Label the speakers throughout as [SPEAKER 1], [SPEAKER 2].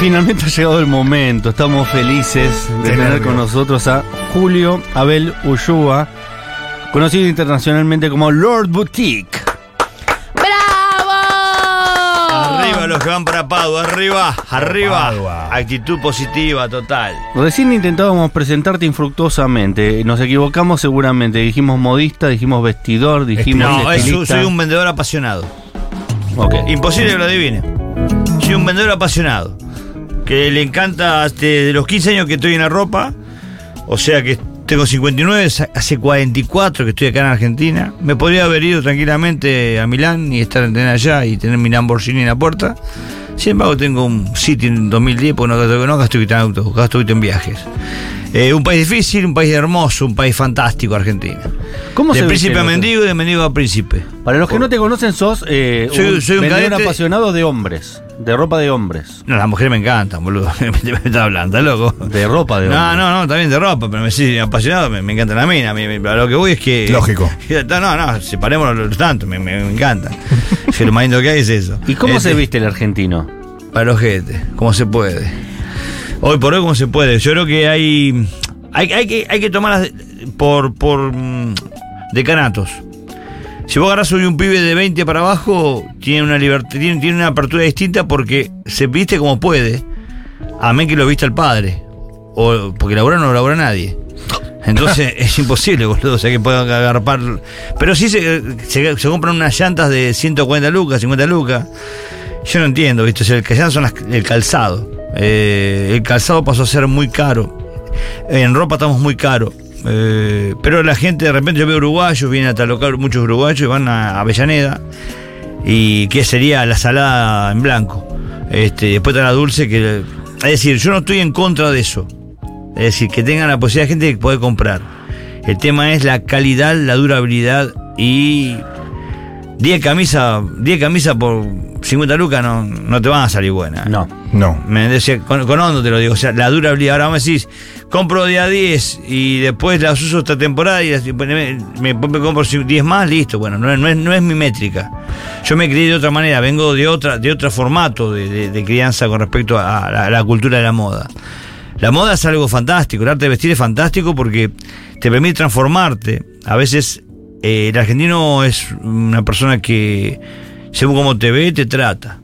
[SPEAKER 1] Finalmente ha llegado el momento, estamos felices de
[SPEAKER 2] De
[SPEAKER 1] tener
[SPEAKER 2] nervio.
[SPEAKER 1] con nosotros a Julio Abel Ulloa, conocido internacionalmente como Lord Boutique.
[SPEAKER 3] ¡Bravo!
[SPEAKER 4] Arriba los que van para Padua, arriba,
[SPEAKER 3] Ah,
[SPEAKER 4] arriba.
[SPEAKER 2] Padua.
[SPEAKER 4] Actitud positiva, total.
[SPEAKER 1] Recién intentábamos presentarte infructuosamente, nos equivocamos seguramente, dijimos modista, dijimos vestidor, dijimos
[SPEAKER 4] No, es-
[SPEAKER 1] estilista.
[SPEAKER 4] soy un vendedor apasionado.
[SPEAKER 1] Ok.
[SPEAKER 4] Imposible que lo adivine. Soy un vendedor apasionado. Que le encanta desde los 15 años que estoy en la ropa. O sea que tengo 59, sa- hace 44 que estoy acá en Argentina. Me podría haber ido tranquilamente a Milán y estar en tener allá y tener mi Lamborghini en la puerta. Sin embargo, tengo un sitio en 2010 porque pues no gasto, no gasto guita en autos, gasto guita en viajes. Eh, un país difícil, un país hermoso, un país fantástico, Argentina.
[SPEAKER 1] ¿Cómo
[SPEAKER 4] de
[SPEAKER 1] se
[SPEAKER 4] príncipe
[SPEAKER 1] viste,
[SPEAKER 4] a
[SPEAKER 1] loco?
[SPEAKER 4] mendigo y de mendigo a príncipe.
[SPEAKER 1] Para los que no te conocen, sos eh,
[SPEAKER 4] Soy- soy un
[SPEAKER 1] vendedor
[SPEAKER 4] cadete.
[SPEAKER 1] apasionado de hombres, de ropa de hombres,
[SPEAKER 4] No, las mujeres me encantan, boludo. me está hablando, loco.
[SPEAKER 1] de ropa de hombres.
[SPEAKER 4] No, no, no, también de ropa, pero me sí, apasionado, me, me encanta la mina. me- me- a lo que voy es que.
[SPEAKER 2] Lógico.
[SPEAKER 4] No, no, no, separémonos los tanto, me, me- me encanta. Si lo más lindo que hay es eso.
[SPEAKER 1] ¿Y cómo
[SPEAKER 4] Este,
[SPEAKER 1] se viste el argentino?
[SPEAKER 4] Para los gente, como se puede. Hoy por hoy, como se puede. Yo creo que hay. Hay, hay que, hay que tomarlas por, por mm, decanatos. Si vos agarrás hoy un pibe de 20 para abajo, tiene una libertad, tiene, tiene una apertura distinta porque se viste como puede. Amén que lo viste al padre. O porque labura no labura nadie. Entonces es imposible, boludo. O sea que puedan agarpar. Pero sí se, se- se compran unas llantas de 140 lucas, 50 lucas. Yo no entiendo, ¿viste? O sea, el que ya son las- el calzado. Eh, el calzado pasó a ser muy caro. En ropa estamos muy caros. Eh, pero la gente de repente, yo veo uruguayos, vienen a local muchos uruguayos y van a Avellaneda. ¿Y qué sería la salada en blanco? Este, después está la dulce que... Es decir, yo no estoy en contra de eso. Es decir, que tengan la posibilidad de gente que puede comprar. El tema es la calidad, la durabilidad y 10 camisas, 10 camisas por 50 lucas no, no te van a salir buenas.
[SPEAKER 1] No.
[SPEAKER 2] No.
[SPEAKER 4] Me decía, con, con hondo te lo digo, o sea, la durabilidad. Ahora vos me decís, compro de a 10 y después las uso esta temporada y las- y poneme- me, me compro 10 más, listo. Bueno, no es, no es, no es mi métrica. Yo me crié de otra manera, vengo de otra, de otro formato de, de- de crianza con respecto a, a la- a la cultura de la moda. La moda es algo fantástico, el arte de vestir es fantástico porque te permite transformarte. A veces eh, el argentino es una persona que, según cómo te ve, te trata.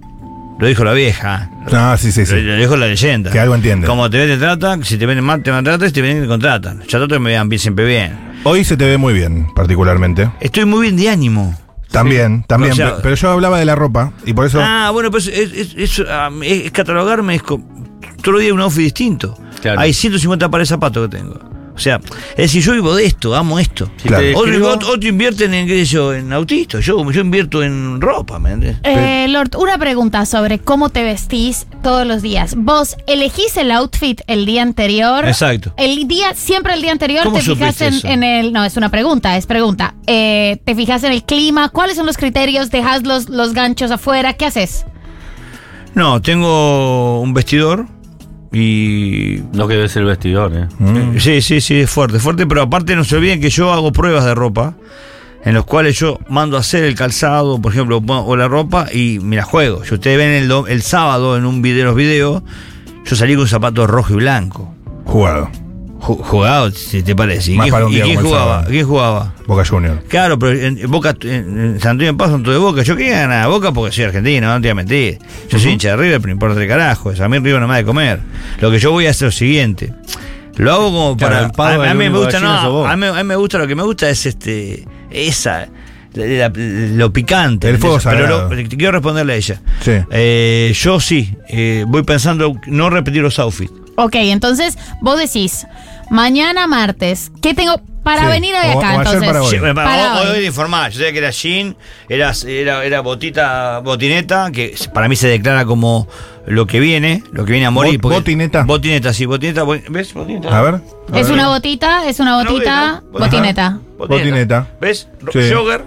[SPEAKER 4] Lo dijo la vieja. ¿eh?
[SPEAKER 2] Ah, sí, sí, sí.
[SPEAKER 4] Lo dejo la leyenda.
[SPEAKER 2] Que algo entiende.
[SPEAKER 4] Como te ven, te tratan. Si te ven mal, te maltratan. Si te ven, te contratan. Yo trato que me vean bien, siempre bien.
[SPEAKER 2] Hoy se te ve muy bien, particularmente.
[SPEAKER 4] Estoy muy bien de ánimo.
[SPEAKER 2] También, también.
[SPEAKER 4] O sea-
[SPEAKER 2] pe- pero yo hablaba de la ropa y por eso.
[SPEAKER 4] Ah, bueno, pues es, es- es- ah, es- es catalogarme. Es co- todo el día un outfit distinto.
[SPEAKER 1] Claro.
[SPEAKER 4] Hay 150 pares de zapatos que tengo. O sea, es decir, yo vivo de esto, amo esto.
[SPEAKER 1] Si
[SPEAKER 2] Claro.
[SPEAKER 1] te
[SPEAKER 4] Otro,
[SPEAKER 1] describo-
[SPEAKER 4] otro- otro invierten en, qué sé yo, en autitos. Yo, yo invierto en ropa, ¿me entiendes?
[SPEAKER 3] Eh, Lord, una pregunta sobre cómo te vestís todos los días. ¿Vos elegís el outfit el día anterior?
[SPEAKER 4] Exacto.
[SPEAKER 3] El día, siempre el día anterior
[SPEAKER 4] ¿Cómo
[SPEAKER 3] te fijas
[SPEAKER 4] supiste
[SPEAKER 3] en,
[SPEAKER 4] eso?
[SPEAKER 3] en el. No, es una pregunta, es pregunta. Eh, ¿Te fijas en el clima? ¿Cuáles son los criterios? ¿Dejas los, los ganchos afuera? ¿Qué haces?
[SPEAKER 4] No, tengo un vestidor y
[SPEAKER 1] Lo que ves el vestidor, ¿eh?
[SPEAKER 2] Mm.
[SPEAKER 4] Sí, sí, sí, es fuerte, fuerte, pero aparte no se olviden que yo hago pruebas de ropa, en los cuales yo mando a hacer el calzado, por ejemplo, o la ropa y me la juego. Si ustedes ven el, do- el sábado en un video, los videos, yo salí con zapatos rojo y blanco.
[SPEAKER 2] Jugado.
[SPEAKER 4] Ju- Jugado, si te parece. ¿Y
[SPEAKER 2] Más
[SPEAKER 4] quién,
[SPEAKER 2] para un
[SPEAKER 4] y
[SPEAKER 2] día
[SPEAKER 4] quién
[SPEAKER 2] como el
[SPEAKER 4] jugaba?
[SPEAKER 2] sábado.
[SPEAKER 4] ¿Quién jugaba?
[SPEAKER 2] Boca Junior.
[SPEAKER 4] Claro, pero en, en Boca, en, en San Antonio de Paz son todos de Boca. Yo quería ganar a Boca porque soy argentino, no te voy a mentir. Yo soy hincha de River, pero no importa el carajo. A mí River no me da de comer. Lo que yo voy a hacer es lo siguiente. Lo hago como
[SPEAKER 1] Claro,
[SPEAKER 4] para...
[SPEAKER 1] el pavo
[SPEAKER 4] a, a
[SPEAKER 1] del
[SPEAKER 4] mí me
[SPEAKER 1] único
[SPEAKER 4] gusta,
[SPEAKER 1] gallina sos
[SPEAKER 4] no,
[SPEAKER 1] vos.
[SPEAKER 4] a mí, a mí me gusta, lo que me gusta es este... Esa... la- la- lo picante.
[SPEAKER 2] El fuego
[SPEAKER 4] ¿entendés? Pero
[SPEAKER 2] sagrado.
[SPEAKER 4] lo- quiero responderle a ella.
[SPEAKER 2] Sí.
[SPEAKER 4] Eh, yo sí, eh, voy pensando no repetir los outfits.
[SPEAKER 3] Ok, entonces vos decís, mañana martes, ¿qué tengo para
[SPEAKER 2] Sí,
[SPEAKER 3] venir hoy
[SPEAKER 2] o-
[SPEAKER 3] acá?
[SPEAKER 2] o ayer
[SPEAKER 3] entonces,
[SPEAKER 2] para hoy.
[SPEAKER 4] Sí, bueno,
[SPEAKER 3] Para
[SPEAKER 4] para- hoy,
[SPEAKER 3] hoy.
[SPEAKER 4] hoy informal, yo sabía que era jean, era, era, era botita, botineta, que para mí se declara como lo que viene, lo que viene a morir.
[SPEAKER 2] Bot-
[SPEAKER 4] porque-
[SPEAKER 2] botineta.
[SPEAKER 4] Botineta, sí, botineta. bo- ¿Ves? Botineta.
[SPEAKER 2] A ver. a
[SPEAKER 3] Ah. Es
[SPEAKER 2] ver.
[SPEAKER 3] una botita, es una botita,
[SPEAKER 4] Una
[SPEAKER 3] botineta.
[SPEAKER 2] Botineta.
[SPEAKER 4] ¿Ves? Ro-
[SPEAKER 2] Sí.
[SPEAKER 4] Jogger,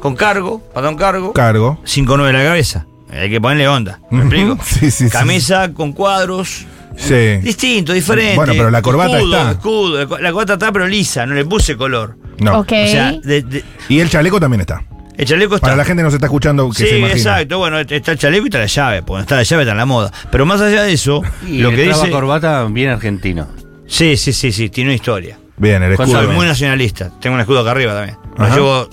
[SPEAKER 4] con cargo, pantalón cargo.
[SPEAKER 2] Cargo.
[SPEAKER 4] 5-9 en la cabeza. Hay que ponerle onda. ¿Me
[SPEAKER 2] Ujú.
[SPEAKER 4] explico?
[SPEAKER 2] Sí, sí, sí.
[SPEAKER 4] Camisa con cuadros.
[SPEAKER 2] Sí.
[SPEAKER 4] Distinto, diferente.
[SPEAKER 2] Bueno, pero la corbata
[SPEAKER 4] escudo,
[SPEAKER 2] está.
[SPEAKER 4] Escudo, la co- la corbata está, pero lisa, no le puse color.
[SPEAKER 2] No.
[SPEAKER 3] Ok.
[SPEAKER 4] O sea, de- de-
[SPEAKER 2] Y el chaleco también está.
[SPEAKER 4] El El chaleco está.
[SPEAKER 2] Para la gente que nos está escuchando, que
[SPEAKER 4] Sí,
[SPEAKER 2] se imagina.
[SPEAKER 4] exacto. Bueno, está el chaleco y está la llave. Porque está la llave, está la moda. Pero más allá de eso,
[SPEAKER 1] Y
[SPEAKER 4] lo que dice.
[SPEAKER 1] corbata bien argentino.
[SPEAKER 4] Sí, sí, sí, sí, tiene una historia.
[SPEAKER 2] Bien, el
[SPEAKER 1] Con
[SPEAKER 2] escudo.
[SPEAKER 4] Soy
[SPEAKER 1] Bien.
[SPEAKER 4] muy nacionalista. Tengo un escudo acá arriba también. Lo
[SPEAKER 2] Ajá.
[SPEAKER 4] llevo.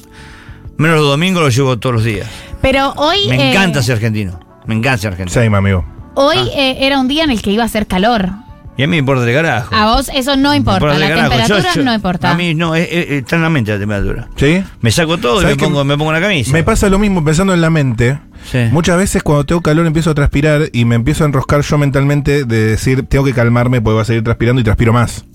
[SPEAKER 4] Menos los domingos lo llevo todos los días.
[SPEAKER 3] Pero hoy.
[SPEAKER 4] Me
[SPEAKER 3] eh,
[SPEAKER 4] encanta Ah. ser argentino. Me encanta ser argentino.
[SPEAKER 2] Same, amigo.
[SPEAKER 3] Hoy eh, era un día en el que iba a hacer calor.
[SPEAKER 4] Y a mí me importa de carajo.
[SPEAKER 3] A vos eso no
[SPEAKER 4] Me
[SPEAKER 3] importa.
[SPEAKER 4] de
[SPEAKER 3] La
[SPEAKER 4] carajo. Yo-
[SPEAKER 3] temperatura
[SPEAKER 4] yo-
[SPEAKER 3] no importa.
[SPEAKER 4] A mí no, es- es- está en la mente la temperatura.
[SPEAKER 2] ¿Sí?
[SPEAKER 4] Me saco todo y me
[SPEAKER 2] ¿Sabes qué?
[SPEAKER 4] pongo, me pongo la camisa.
[SPEAKER 2] Me pasa lo mismo pensando en la mente.
[SPEAKER 4] Sí.
[SPEAKER 2] Muchas veces cuando tengo calor empiezo a transpirar y me empiezo a enroscar yo mentalmente de decir tengo que calmarme porque voy a seguir transpirando y transpiro más.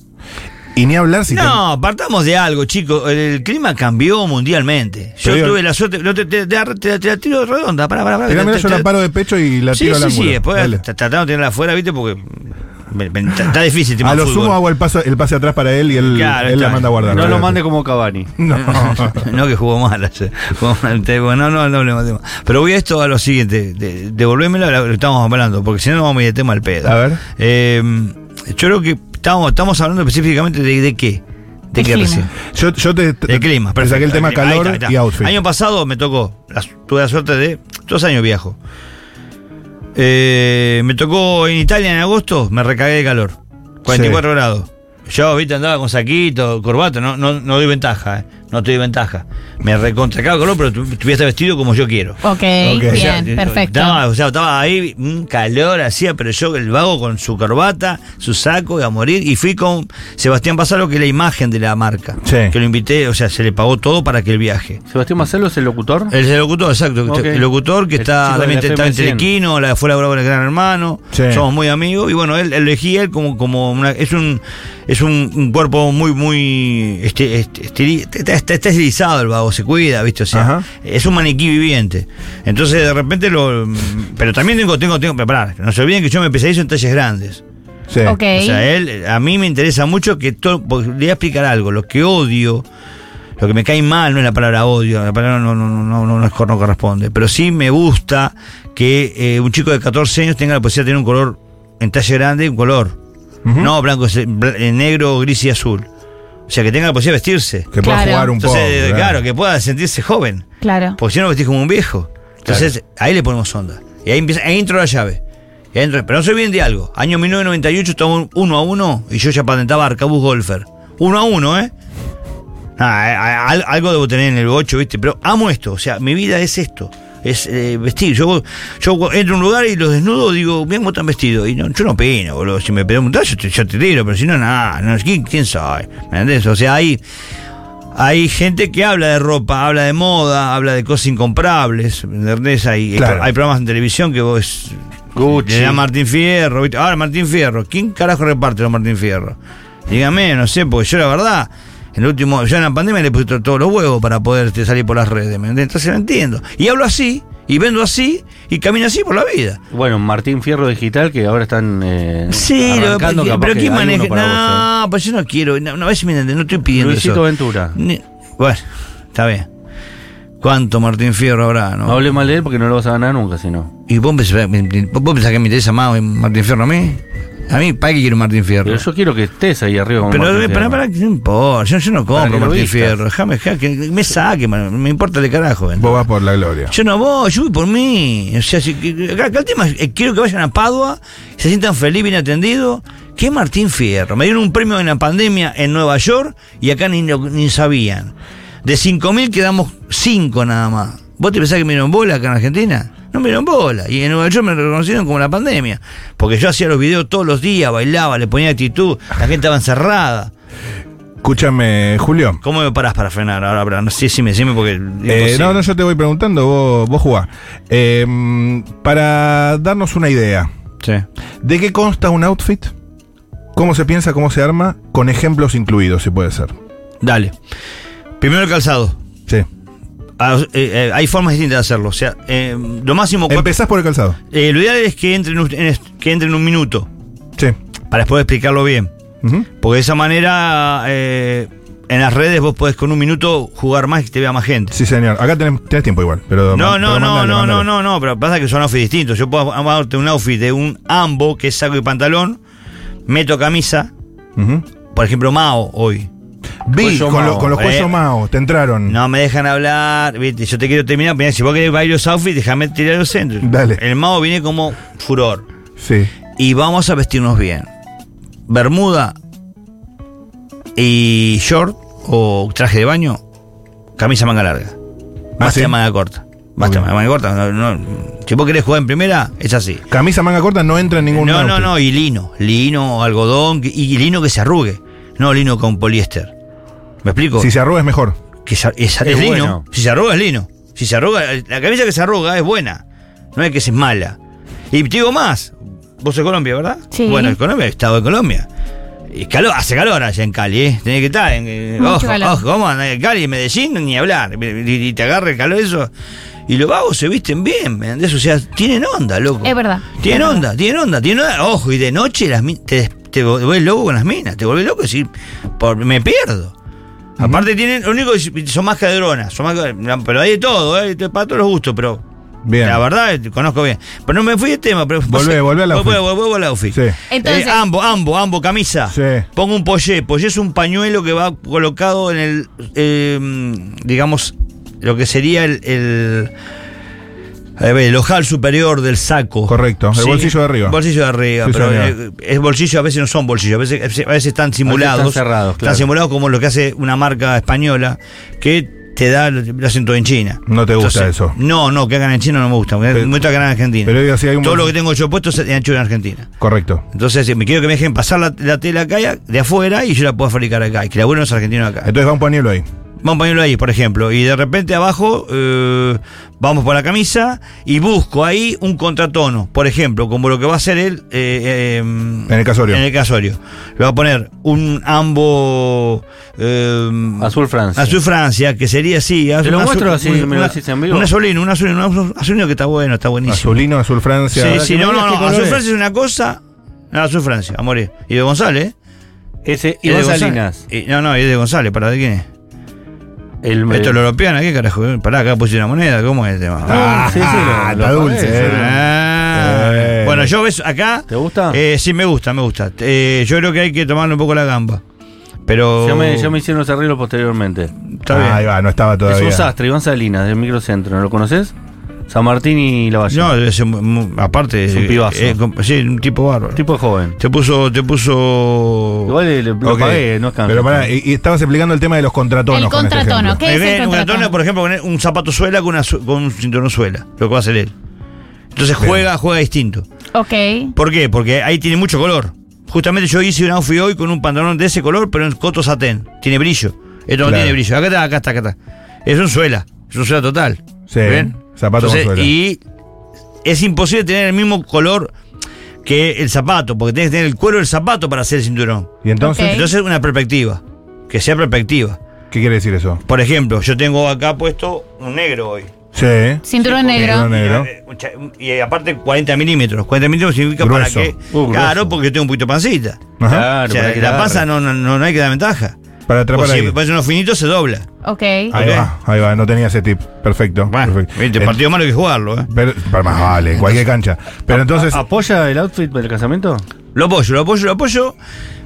[SPEAKER 2] Y ni hablar si
[SPEAKER 4] No, partamos de algo, chicos. El, el clima cambió mundialmente. Yo
[SPEAKER 2] Pero-
[SPEAKER 4] tuve la suerte. No, te, te- te- te- te la tiro redonda, pará, pará, pará.
[SPEAKER 2] te- te la miro,
[SPEAKER 4] Te-
[SPEAKER 2] yo
[SPEAKER 4] te-
[SPEAKER 2] la paro de pecho y la
[SPEAKER 4] sí,
[SPEAKER 2] tiro al
[SPEAKER 4] sí,
[SPEAKER 2] ángulo.
[SPEAKER 4] sí. Después
[SPEAKER 2] Dale.
[SPEAKER 4] tra- tratando de tenerla afuera, ¿viste? Porque me- me- está, está difícil.
[SPEAKER 2] A lo
[SPEAKER 4] los
[SPEAKER 2] sumo hago el, paso, el pase atrás para él y él,
[SPEAKER 4] Claro,
[SPEAKER 2] él la
[SPEAKER 4] está.
[SPEAKER 2] manda a guardar.
[SPEAKER 1] No lo
[SPEAKER 2] Olvídate.
[SPEAKER 1] mande como Cavani.
[SPEAKER 2] No.
[SPEAKER 4] no que jugó mal ayer. Jugó mal. Te- bueno, no, no, no hablemos de tema. Pero voy a esto a lo siguiente. De, devolvémelo a lo que estamos hablando, porque si no nos vamos a ir de tema al pedo.
[SPEAKER 2] A ver.
[SPEAKER 4] Eh, yo creo que estamos, estamos hablando específicamente de, de qué. ¿De
[SPEAKER 3] El
[SPEAKER 4] qué
[SPEAKER 3] clima.
[SPEAKER 4] recién?
[SPEAKER 2] yo, yo te,
[SPEAKER 4] El clima,
[SPEAKER 2] te
[SPEAKER 4] perfecto.
[SPEAKER 2] saqué el tema
[SPEAKER 4] clima. Ahí
[SPEAKER 2] calor
[SPEAKER 4] está, ahí está.
[SPEAKER 2] y outfit.
[SPEAKER 4] Año pasado me tocó, la- tuve la suerte de, dos años viajo. Eh, me tocó en Italia en agosto, me recagué de calor, 44 grados. Yo, viste, andaba con saquito, corbata, no, no, no doy ventaja, eh, no te doy ventaja. Me recontracaba calor, pero tu- tuviese vestido como yo quiero.
[SPEAKER 3] Ok,
[SPEAKER 2] Ok.
[SPEAKER 4] O sea,
[SPEAKER 3] bien,
[SPEAKER 4] eh,
[SPEAKER 3] perfecto.
[SPEAKER 4] Estaba, o sea, estaba ahí, un calor hacía, pero yo el vago con su corbata, su saco, iba a morir. Y fui con Sebastián Basalo, que es la imagen de la marca.
[SPEAKER 2] Sí.
[SPEAKER 4] Que lo invité, o sea, se le pagó todo para que el viaje.
[SPEAKER 1] Sebastián Marcelo es el locutor.
[SPEAKER 4] El locutor, exacto.
[SPEAKER 1] Ok.
[SPEAKER 4] El locutor que
[SPEAKER 1] El
[SPEAKER 4] está
[SPEAKER 1] chico de
[SPEAKER 4] también
[SPEAKER 1] la
[SPEAKER 4] está en
[SPEAKER 1] FM100.
[SPEAKER 4] Telequino, la fue labrado en el Gran Hermano.
[SPEAKER 2] Sí.
[SPEAKER 4] Somos muy amigos. Y bueno, él él elegí él como, como una, es un es un, un cuerpo muy, muy este, este- estili- está, está- está estilizado el vago, se cuida, viste, o sea,
[SPEAKER 2] Ajá.
[SPEAKER 4] es un maniquí viviente. Entonces de repente lo pero también tengo, tengo, tengo que preparar. No se olviden que yo me especializo en talles grandes.
[SPEAKER 2] Sí.
[SPEAKER 3] ok.
[SPEAKER 4] O sea, eh, él, a mí me interesa mucho que todo. porque Le voy a explicar algo. Lo que odio, lo que me cae mal, no es la palabra odio, la palabra no, no, no, no, no, no es- no corresponde. Pero sí me gusta que eh, un chico de 14 años tenga la posibilidad de tener un color en talle grande, un color.
[SPEAKER 2] Ujú.
[SPEAKER 4] No blanco, se- bla- eh, negro, gris y azul. O sea, que tenga la posibilidad de vestirse.
[SPEAKER 2] Que pueda
[SPEAKER 3] Claro.
[SPEAKER 2] jugar un poco.
[SPEAKER 4] Entonces, eh, claro. que pueda sentirse joven.
[SPEAKER 3] claro.
[SPEAKER 4] Porque si no vestís como un viejo. Entonces, ahí le ponemos onda. Y ahí, empieza, ahí entra la llave. Y ahí entra- pero no se olviden de algo. Año 1998 estamos uno a uno y yo ya patentaba Arcabus Golfer. Uno a uno, ¿eh? Ah, eh, ah, al- algo debo tener en el 8, ¿viste? Pero amo esto. O sea, mi vida es esto. Es eh, vestir. Yo, yo entro a un lugar y los desnudo, digo, bien cómo están vestidos. Y no, yo no opino, boludo. Si me pedí un tacho, yo te, yo te tiro, pero si no, nada. No, ¿quién, ¿Quién soy? ¿Me entendés? O sea, ahí. Hay gente que habla de ropa, habla de moda, habla de cosas incomprables. ¿me ¿entendés? Hay,
[SPEAKER 2] Claro.
[SPEAKER 4] hay programas en televisión que vos.
[SPEAKER 1] Gucci.
[SPEAKER 4] Le dan Martín Fierro. ¿viste? Ahora, Martín Fierro. ¿Quién carajo reparte los Martín Fierro? Dígame, no sé, porque yo la verdad. En el último, yo en la pandemia le puse to- todos los huevos para poder este, salir por las redes. ¿me entendés? Entonces no entiendo. Y hablo así, y vendo así, y camino así por la vida.
[SPEAKER 1] Bueno, Martín Fierro Digital, que ahora están. eh,
[SPEAKER 4] Sí, lo-
[SPEAKER 1] arrancando,
[SPEAKER 4] pero,
[SPEAKER 1] capaz que
[SPEAKER 4] ¿quién
[SPEAKER 1] hay
[SPEAKER 4] maneja?
[SPEAKER 1] uno para vos,
[SPEAKER 4] No, pues yo no quiero. No, no, a veces me entienden, no estoy
[SPEAKER 1] eh.
[SPEAKER 4] pidiendo
[SPEAKER 1] Luisito
[SPEAKER 4] eso.
[SPEAKER 1] Ventura.
[SPEAKER 4] Ni- Bueno, está bien. ¿Cuánto Martín Fierro habrá?
[SPEAKER 1] No
[SPEAKER 4] No?
[SPEAKER 1] hable mal de él porque no lo vas a ganar nunca, si no.
[SPEAKER 4] ¿Y vos pensás, vos pensás que me interesa más Martín Fierro a mí? A mí, ¿para qué quiero un Martín Fierro?
[SPEAKER 1] Pero yo quiero que estés ahí arriba con
[SPEAKER 4] Pero,
[SPEAKER 1] Martín
[SPEAKER 4] eh, pará,
[SPEAKER 1] Fierro.
[SPEAKER 4] pará, que no importa. Yo, yo no
[SPEAKER 1] Para que
[SPEAKER 4] compro
[SPEAKER 1] lo
[SPEAKER 4] Martín
[SPEAKER 1] vistas.
[SPEAKER 4] Fierro. Déjame, déjame que que me saque, man, me importa de carajo. ¿eh?
[SPEAKER 2] Vos vas por la gloria.
[SPEAKER 4] Yo no voy, yo voy por mí. O sea, si- que- que- acá, acá el tema es, eh, quiero que vayan a Padua, se sientan feliz, bien atendidos. ¿Qué Martín Fierro? Me dieron un premio en la pandemia en Nueva York y acá ni, lo- ni sabían. De 5.000 quedamos 5 nada más. ¿Vos te pensás que me dieron bola acá en Argentina? No me dieron bola. Y en Nueva York me reconocieron como la pandemia. Porque yo hacía los videos todos los días, bailaba, le ponía actitud, la gente estaba encerrada.
[SPEAKER 2] Escúchame, Julio.
[SPEAKER 4] ¿Cómo me parás para frenar ahora? Abraham? No sé si me decime porque.
[SPEAKER 2] Eh,
[SPEAKER 4] imposible.
[SPEAKER 2] no, no, yo te voy preguntando, vos, vos jugás. Eh, para darnos una idea,
[SPEAKER 4] Sí.
[SPEAKER 2] ¿de qué consta un outfit? ¿Cómo se piensa, cómo se arma? Con ejemplos incluidos, si puede ser.
[SPEAKER 4] Dale. Primero el calzado.
[SPEAKER 2] Sí.
[SPEAKER 4] Ah, eh, eh, hay formas distintas de hacerlo. O sea, eh, lo máximo. cua-
[SPEAKER 2] Empezás por el calzado.
[SPEAKER 4] eh, lo ideal es que entren, que entre en un minuto.
[SPEAKER 2] Sí.
[SPEAKER 4] Para después explicarlo bien.
[SPEAKER 2] Ujú.
[SPEAKER 4] Porque de esa manera. eh, en las redes vos podés con un minuto jugar más y que te vea más gente.
[SPEAKER 2] Sí, señor. Acá tenés, tenés tiempo igual. Pero
[SPEAKER 4] No,
[SPEAKER 2] ma-
[SPEAKER 4] no,
[SPEAKER 2] pero
[SPEAKER 4] no,
[SPEAKER 2] mandale,
[SPEAKER 4] no, no,
[SPEAKER 2] mandale.
[SPEAKER 4] no, no, pero pasa que son outfits distintos. Yo puedo darte un outfit de un ambo, que es saco y pantalón, meto camisa,
[SPEAKER 2] Ujú.
[SPEAKER 4] por ejemplo, Mao hoy.
[SPEAKER 2] Vi,
[SPEAKER 4] Cuello
[SPEAKER 2] con, lo-
[SPEAKER 4] mao.
[SPEAKER 2] con los cuellos
[SPEAKER 4] Eh.
[SPEAKER 2] mao, te entraron.
[SPEAKER 4] No me dejan hablar, viste, yo te quiero terminar. Mirá, si vos querés varios outfits, déjame tirar los centros.
[SPEAKER 2] Dale.
[SPEAKER 4] El mago viene como furor.
[SPEAKER 2] Sí.
[SPEAKER 4] Y vamos a vestirnos bien. Bermuda y short o traje de baño, camisa manga larga.
[SPEAKER 2] Ah,
[SPEAKER 4] Más
[SPEAKER 2] ¿sí?
[SPEAKER 4] de manga corta. Más de
[SPEAKER 2] Ok.
[SPEAKER 4] manga corta. no, no. Si vos querés jugar en primera, es así.
[SPEAKER 2] Camisa manga corta no entra en ningún
[SPEAKER 4] No, no,
[SPEAKER 2] outfit.
[SPEAKER 4] no, y lino, lino, algodón, y lino que se arrugue, no lino con poliéster. ¿Me explico?
[SPEAKER 2] Si se arruga es mejor.
[SPEAKER 4] que se- es,
[SPEAKER 1] Es
[SPEAKER 4] es lino,
[SPEAKER 1] bueno.
[SPEAKER 4] si se arruga es lino. Si se arruga, la camisa que se arruga es buena, no es que es mala. Y te digo más, vos sos de Colombia, ¿verdad?
[SPEAKER 3] Sí.
[SPEAKER 4] Bueno, en Colombia, estado de Colombia. Y calor, hace calor allá en Cali, ¿eh? Tenés que estar en... eh,
[SPEAKER 3] Mucho
[SPEAKER 4] ojo,
[SPEAKER 3] calor.
[SPEAKER 4] ojo, vamos a Cali, Medellín, ni hablar. Y, y te agarra el calor eso. Y los vagos se visten bien, ¿me entendés? O sea, tienen onda, loco.
[SPEAKER 3] Es verdad.
[SPEAKER 4] Tienen
[SPEAKER 3] Es
[SPEAKER 4] onda, tienen onda, tienen onda. Ojo, y de noche las min- te, te volvés loco con las minas, te volvés loco y decís, por- me pierdo. Aparte tienen, lo único que son más cadronas, son más cadronas, pero hay de todo, ¿eh? Te- para todos los gustos, pero
[SPEAKER 2] Bien.
[SPEAKER 4] la verdad te conozco bien. Pero no me fui de tema, pero
[SPEAKER 2] Volvé, volvé al outfit.
[SPEAKER 4] Volvé, volvé al outfit.
[SPEAKER 2] Sí.
[SPEAKER 3] Entonces-
[SPEAKER 4] Eh, ambos, ambos, ambos, camisa.
[SPEAKER 2] Sí.
[SPEAKER 4] Pongo un pollé, pollé es un pañuelo que va colocado en el, eh, digamos, lo que sería el, el a ver, el ojal superior del saco.
[SPEAKER 2] Correcto, el bolsillo de arriba.
[SPEAKER 4] Bolsillo de arriba,
[SPEAKER 2] Sí,
[SPEAKER 4] pero
[SPEAKER 2] señor.
[SPEAKER 4] eh, es bolsillo, a veces no son bolsillos, a veces, a veces están simulados.
[SPEAKER 1] están cerrados, claro.
[SPEAKER 4] Están simulados como lo que hace una marca española que te da, lo hacen todo en China.
[SPEAKER 2] No te gusta eso.
[SPEAKER 4] No, no, que hagan en China no me gusta, me
[SPEAKER 2] Pero-
[SPEAKER 4] gusta que hagan en Argentina.
[SPEAKER 2] pero digo, si hay un-
[SPEAKER 4] Todo lo que tengo yo puesto se ha hecho en Argentina.
[SPEAKER 2] Correcto.
[SPEAKER 4] Entonces, eh, me quiero que me dejen pasar la, la tela acá y- de afuera y yo la pueda fabricar acá. Y que la buena los argentinos acá.
[SPEAKER 2] Entonces va un pañuelo ahí.
[SPEAKER 4] Vamos a ponerlo ahí, por ejemplo. Y de repente abajo eh, vamos por la camisa y busco ahí un contratono. Por ejemplo, como lo que va a hacer él eh, eh, en
[SPEAKER 2] el casorio.
[SPEAKER 4] En el casorio. Le va a poner un ambo eh,
[SPEAKER 1] Azul Francia.
[SPEAKER 4] Azul Francia, que sería así.
[SPEAKER 1] Te lo
[SPEAKER 4] un
[SPEAKER 1] muestro
[SPEAKER 4] azul-
[SPEAKER 1] así,
[SPEAKER 4] un-
[SPEAKER 1] me lo
[SPEAKER 4] una-
[SPEAKER 1] decís en vivo.
[SPEAKER 4] Un azulino, un azulino, un azulino que está bueno, está buenísimo.
[SPEAKER 2] Azulino, azul Francia.
[SPEAKER 4] Sí,
[SPEAKER 2] ¿Verdad
[SPEAKER 4] sí,
[SPEAKER 2] que
[SPEAKER 4] no, no,
[SPEAKER 2] ¿Qué
[SPEAKER 4] no.
[SPEAKER 2] color
[SPEAKER 4] Azul
[SPEAKER 2] es?
[SPEAKER 4] Francia es una cosa. No, Azul Francia, a morir. Y de González. ¿eh?
[SPEAKER 1] Ese
[SPEAKER 4] Es de
[SPEAKER 1] Iván
[SPEAKER 4] González.
[SPEAKER 1] Salinas.
[SPEAKER 4] Y- no, no, y es de González, ¿para de quién es?
[SPEAKER 1] El,
[SPEAKER 4] Esto es lo europeana, ¿qué carajo? Pará, acá puse una moneda, ¿cómo es el tema?
[SPEAKER 2] Ah,
[SPEAKER 1] Sí, sí, lo- lo
[SPEAKER 2] está dulce.
[SPEAKER 1] parece,
[SPEAKER 2] eh.
[SPEAKER 4] Ah.
[SPEAKER 2] Eh.
[SPEAKER 4] Bueno, yo ves acá.
[SPEAKER 1] ¿Te gusta?
[SPEAKER 4] Eh, sí, me gusta, me gusta. Eh, yo creo que hay que tomarle un poco la gamba. Pero.
[SPEAKER 1] ya, me, ya me hicieron los arreglos posteriormente.
[SPEAKER 4] Está bien.
[SPEAKER 2] Ahí va, no estaba
[SPEAKER 4] Ah,
[SPEAKER 2] todavía.
[SPEAKER 1] Es un sastre, Iván Salinas, del microcentro. ¿No lo conoces? San Martín y La Valle.
[SPEAKER 4] No, debe ser mu- mu- aparte.
[SPEAKER 1] Es un
[SPEAKER 4] eh,
[SPEAKER 1] pibazo.
[SPEAKER 4] eh, com- sí, un tipo bárbaro.
[SPEAKER 1] Tipo joven.
[SPEAKER 4] Te puso. Te puso.
[SPEAKER 1] Igual le- le- lo
[SPEAKER 2] Ok.
[SPEAKER 1] pagué, no es canje.
[SPEAKER 2] Pero pará, y, y estabas explicando el tema de los contratonos.
[SPEAKER 3] El
[SPEAKER 2] con este
[SPEAKER 3] contratono,
[SPEAKER 2] ejemplo.
[SPEAKER 3] ¿qué
[SPEAKER 4] Me
[SPEAKER 3] es
[SPEAKER 4] ven
[SPEAKER 3] el
[SPEAKER 4] una
[SPEAKER 3] contratono?
[SPEAKER 4] tona, por ejemplo, con un zapato suela con, una su- con un cinturón suela, lo que va a hacer él. Entonces juega, juega distinto.
[SPEAKER 3] Ok.
[SPEAKER 4] ¿Por qué? Porque ahí tiene mucho color. Justamente yo hice un outfit hoy con un pantalón de ese color, pero en coto satén. Tiene brillo. Esto
[SPEAKER 2] Claro.
[SPEAKER 4] no tiene brillo. Acá está, acá está, acá está. Es un suela. Es un suela total.
[SPEAKER 2] Sí,
[SPEAKER 4] ¿Ven?
[SPEAKER 2] zapato con suela.
[SPEAKER 4] Y es imposible tener el mismo color que el zapato, porque tenés que tener el cuero del zapato para hacer el cinturón.
[SPEAKER 2] Y entonces,
[SPEAKER 3] Ok.
[SPEAKER 4] Entonces una perspectiva. Que sea perspectiva.
[SPEAKER 2] ¿qué quiere decir eso?
[SPEAKER 4] Por ejemplo, yo tengo acá puesto un negro hoy.
[SPEAKER 2] Sí.
[SPEAKER 3] Cinturón
[SPEAKER 4] Sí,
[SPEAKER 3] negro.
[SPEAKER 2] Cinturón negro.
[SPEAKER 4] Eh, un cha- Y, aparte 40 milímetros. 40 milímetros significa
[SPEAKER 2] Grueso.
[SPEAKER 4] para que.
[SPEAKER 1] Uh, grueso.
[SPEAKER 4] claro, porque tengo un poquito de pancita.
[SPEAKER 1] Claro,
[SPEAKER 2] Ajá.
[SPEAKER 4] O sea,
[SPEAKER 1] para que
[SPEAKER 4] la
[SPEAKER 1] agarre.
[SPEAKER 4] panza no, no, no, no hay que dar ventaja.
[SPEAKER 2] Para atrapar
[SPEAKER 4] Porque Ah. si
[SPEAKER 2] ahí.
[SPEAKER 4] parece uno finito, se dobla.
[SPEAKER 3] Ok.
[SPEAKER 2] Ahí
[SPEAKER 4] Ok.
[SPEAKER 2] va, ahí va, no tenía ese tip. Perfecto.
[SPEAKER 4] Bueno,
[SPEAKER 2] perfecto.
[SPEAKER 4] viste,
[SPEAKER 2] Eh,
[SPEAKER 4] partido malo hay que jugarlo, ¿eh?
[SPEAKER 2] pero, pero más vale, en cualquier cancha. Pero entonces,
[SPEAKER 1] ¿Apoya el outfit del casamiento?
[SPEAKER 4] Lo apoyo, lo apoyo, lo apoyo.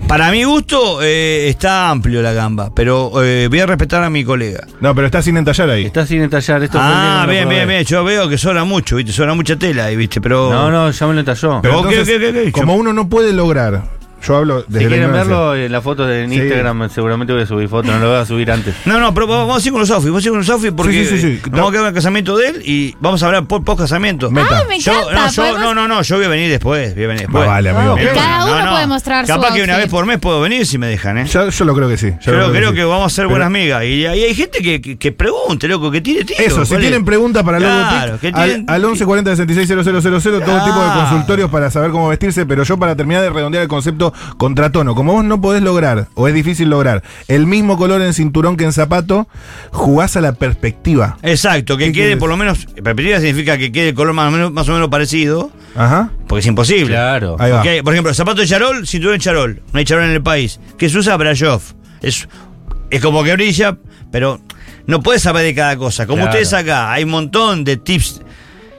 [SPEAKER 4] Para mi gusto, eh, está amplio la gamba, pero eh, voy a respetar a mi colega.
[SPEAKER 2] no, pero está sin entallar ahí.
[SPEAKER 1] Está sin entallar. Esto fue el día que me
[SPEAKER 4] Ah,
[SPEAKER 1] lo
[SPEAKER 4] bien,
[SPEAKER 1] probé.
[SPEAKER 4] bien, bien. Yo veo que sobra mucho, viste, sobra mucha tela ahí, viste, pero.
[SPEAKER 1] No, no, ya me lo entalló.
[SPEAKER 2] Pero
[SPEAKER 4] Ok,
[SPEAKER 2] entonces,
[SPEAKER 4] ok, ok, ok.
[SPEAKER 2] como uno no puede lograr, yo hablo desde
[SPEAKER 1] Si
[SPEAKER 2] la
[SPEAKER 1] quieren
[SPEAKER 2] ignorancia.
[SPEAKER 1] verlo, eh, la foto de- en
[SPEAKER 2] Sí.
[SPEAKER 1] Instagram seguramente voy a subir foto, no lo voy a subir antes.
[SPEAKER 4] No, no, pero vamos a ir con los outfits, vamos a ir con los outfits
[SPEAKER 2] Sí,
[SPEAKER 4] porque
[SPEAKER 2] sí, sí, sí.
[SPEAKER 4] eh, vamos a quedar en el casamiento de él y vamos a hablar por post casamiento.
[SPEAKER 2] Ah, Me-
[SPEAKER 3] Ay, me
[SPEAKER 4] Yo,
[SPEAKER 3] encanta.
[SPEAKER 4] no, yo-
[SPEAKER 3] podemos-
[SPEAKER 4] no, no, no, yo voy a venir después, voy a venir
[SPEAKER 2] Más
[SPEAKER 4] después.
[SPEAKER 2] vale, amigo.
[SPEAKER 1] Bueno,
[SPEAKER 4] Pero-
[SPEAKER 3] Cada uno puede mostrar su
[SPEAKER 4] Capaz que una
[SPEAKER 3] outfit.
[SPEAKER 4] vez por mes puedo venir si me dejan, ¿eh?
[SPEAKER 2] Ya- yo lo creo que sí. ya
[SPEAKER 4] Yo
[SPEAKER 2] lo
[SPEAKER 4] creo, creo que
[SPEAKER 2] sí.
[SPEAKER 4] vamos a ser
[SPEAKER 2] Pero-
[SPEAKER 4] buenas amigas. Y, y hay gente que, que, que pregunte, loco, que tiene tiro.
[SPEAKER 2] Eso, si
[SPEAKER 4] ¿cuál es?
[SPEAKER 2] tienen preguntas para Logo
[SPEAKER 4] Claro,
[SPEAKER 2] Pic,
[SPEAKER 4] que
[SPEAKER 2] al,
[SPEAKER 4] tienen- Ah.
[SPEAKER 2] al 1140 660000, todo
[SPEAKER 4] Claro.
[SPEAKER 2] tipo de consultorios para saber cómo vestirse, pero yo para terminar de redondear el concepto contratono, como vos no podés lograr, o es difícil lograr, el mismo color en cinturón que en zapato, jugás a la perspectiva.
[SPEAKER 4] Exacto, que
[SPEAKER 2] ¿Qué
[SPEAKER 4] quede
[SPEAKER 2] quieres?
[SPEAKER 4] por lo menos. Perspectiva significa que quede el color más o menos, más o menos parecido,
[SPEAKER 2] Ajá,
[SPEAKER 4] porque es imposible.
[SPEAKER 1] Claro.
[SPEAKER 2] ahí va.
[SPEAKER 4] Ok, Por ejemplo, zapato de charol, cinturón de charol. No hay charol en el país. Que se usa Brayov. Es, es como que brilla, pero no puedes saber de cada cosa. Como
[SPEAKER 1] Claro.
[SPEAKER 4] ustedes acá, hay un montón de tips.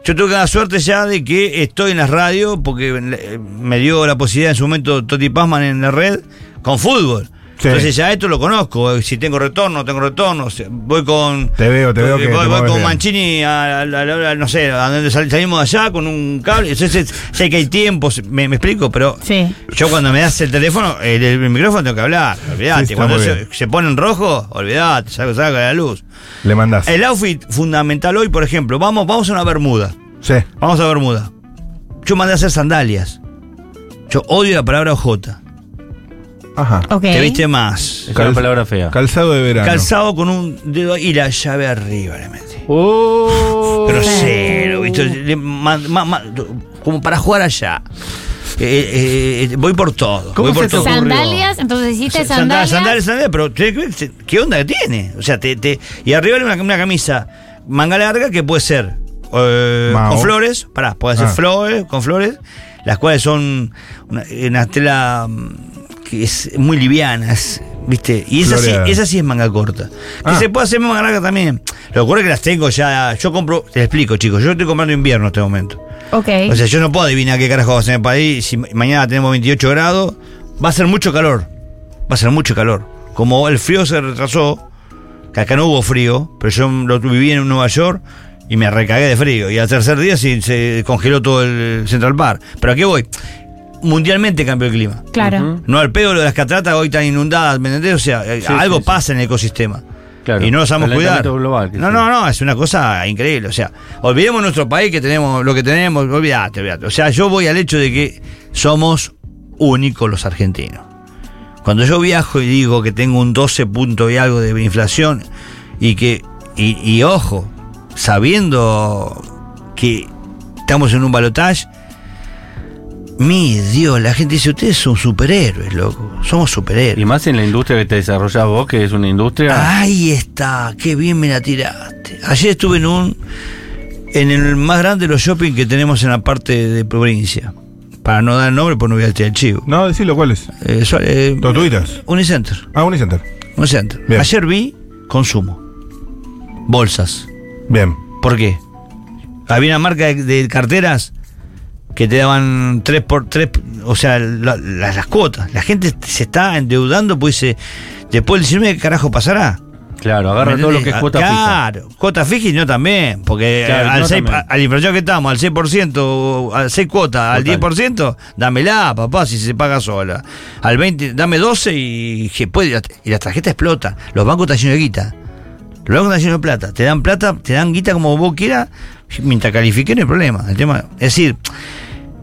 [SPEAKER 4] Yo tengo la suerte ya de que estoy en las radios porque eh, me dio la posibilidad en su momento Toti Pazman en la red con fútbol.
[SPEAKER 2] Sí.
[SPEAKER 4] Entonces ya esto lo conozco. eh, Si tengo retorno, tengo retorno. o sea, Voy con.
[SPEAKER 2] Te veo, te veo
[SPEAKER 4] voy,
[SPEAKER 2] que
[SPEAKER 4] voy-
[SPEAKER 2] te
[SPEAKER 4] voy
[SPEAKER 2] mueves
[SPEAKER 4] con
[SPEAKER 2] bien.
[SPEAKER 4] Mancini a, la- la- la- no sé, a donde sal- salimos de allá con un cable. Entonces sé que hay tiempos, me, me explico, pero.
[SPEAKER 3] Sí.
[SPEAKER 4] Yo cuando me das el teléfono, el, el micrófono tengo que hablar, olvidate.
[SPEAKER 2] está
[SPEAKER 4] cuando
[SPEAKER 2] muy
[SPEAKER 4] se,
[SPEAKER 2] bien.
[SPEAKER 4] se pone en rojo, olvidate, saco, saco la luz.
[SPEAKER 2] Le mandás.
[SPEAKER 4] El outfit fundamental hoy, por ejemplo, vamos, vamos a una bermuda.
[SPEAKER 2] Sí.
[SPEAKER 4] Vamos a Bermuda. Yo mandé a hacer sandalias. Yo odio la palabra ojota.
[SPEAKER 2] Ajá.
[SPEAKER 3] Ok.
[SPEAKER 4] Te viste más.
[SPEAKER 1] Es
[SPEAKER 2] Cal-
[SPEAKER 1] una palabra fea.
[SPEAKER 2] Calzado de verano.
[SPEAKER 4] Calzado con un dedo y la llave arriba le metí.
[SPEAKER 1] Oh.
[SPEAKER 4] Grosero, ¿viste? Le- ma- ma- ma- como para jugar allá. Eh, eh, eh, voy por todo.
[SPEAKER 1] ¿Cómo
[SPEAKER 4] voy por
[SPEAKER 1] se te
[SPEAKER 4] todo.
[SPEAKER 1] ocurre?
[SPEAKER 3] Sandalias, entonces hiciste
[SPEAKER 4] Sandal-
[SPEAKER 3] sandalias.
[SPEAKER 4] Sandalias, sandalias, pero te- te- ¿qué onda que tiene? O sea, te, te- y arriba le una, una camisa manga larga que puede ser eh,
[SPEAKER 2] Mao.
[SPEAKER 4] con flores, pará, puede ser
[SPEAKER 2] Ah.
[SPEAKER 4] flores, con flores, las cuales son una, una tela mm, que es muy livianas, ¿viste? Y esa sí,
[SPEAKER 2] Floreada.
[SPEAKER 4] esa sí es manga corta.
[SPEAKER 2] Ah.
[SPEAKER 4] Que se puede hacer manga larga también. Lo que ocurre es que las tengo ya, yo compro, te explico chicos, yo estoy comprando invierno en este momento.
[SPEAKER 3] Ok.
[SPEAKER 4] O sea, yo no puedo adivinar qué carajo va a hacer en el país. Si ma- mañana tenemos 28 grados, va a ser mucho calor. Va a ser mucho calor. Como el frío se retrasó, que acá no hubo frío, pero yo lo tu- viví en Nueva York y me recagué de frío. Y al tercer día sí, se congeló todo el Central Park. Pero ¿a qué voy? Mundialmente cambió el clima.
[SPEAKER 3] claro.
[SPEAKER 1] Ujú.
[SPEAKER 4] No al pedo lo de las cataratas hoy están inundadas, ¿me entendés? O sea, eh,
[SPEAKER 1] Sí,
[SPEAKER 4] algo
[SPEAKER 1] sí, sí.
[SPEAKER 4] pasa en el ecosistema.
[SPEAKER 1] Claro,
[SPEAKER 4] Y no nos sabemos cuidar.
[SPEAKER 1] calentamiento global, que
[SPEAKER 4] no,
[SPEAKER 1] sí.
[SPEAKER 4] no, no, es una cosa increíble. O sea, olvidemos nuestro país que tenemos, lo que tenemos, olvídate, olvídate. O sea, yo voy al hecho de que somos únicos los argentinos. Cuando yo viajo y digo que tengo un 12 punto y algo de inflación y que, y, y ojo, sabiendo que estamos en un balotaje, mi Dios, la gente dice, ustedes son superhéroes, loco, somos superhéroes.
[SPEAKER 1] Y más en la industria que te desarrollás vos, que es una industria.
[SPEAKER 4] Ahí está, qué bien me la tiraste. Ayer estuve en un. en el más grande de los shopping que tenemos en la parte de provincia. Para no dar nombre, pues no voy a este archivo.
[SPEAKER 2] No, decilo, ¿cuál es?
[SPEAKER 4] Eh, so- eh,
[SPEAKER 2] Tortuguitas.
[SPEAKER 4] Unicenter,
[SPEAKER 2] Ah, Unicenter.
[SPEAKER 4] Unicenter.
[SPEAKER 2] Bien.
[SPEAKER 4] Ayer vi consumo. Bolsas.
[SPEAKER 2] Bien.
[SPEAKER 4] ¿Por qué? Había una marca de, de carteras que te daban tres por tres, o sea, la- las- las cuotas. La gente se está endeudando, pues dice, después del 19, ¿qué carajo pasará?
[SPEAKER 1] Claro, agarra
[SPEAKER 4] ¿Me
[SPEAKER 1] todo lo que
[SPEAKER 4] entendés?
[SPEAKER 1] es cuota
[SPEAKER 4] claro,
[SPEAKER 1] fija.
[SPEAKER 4] cuota fija y no también, porque
[SPEAKER 1] Claro,
[SPEAKER 4] eh, al
[SPEAKER 1] no
[SPEAKER 4] seis-
[SPEAKER 1] también.
[SPEAKER 4] a- a la inflación que estamos, al 6%, al 6 cuotas,
[SPEAKER 1] Total.
[SPEAKER 4] al 10%, dámela, papá, si se paga sola. Al 20, dame 12 y que puede, y las tarjetas explotan. Los bancos están llenos de guita. Los bancos están llenos de plata. Te dan plata, te dan guita como vos quieras, mientras califiquen el problema. El tema, es decir,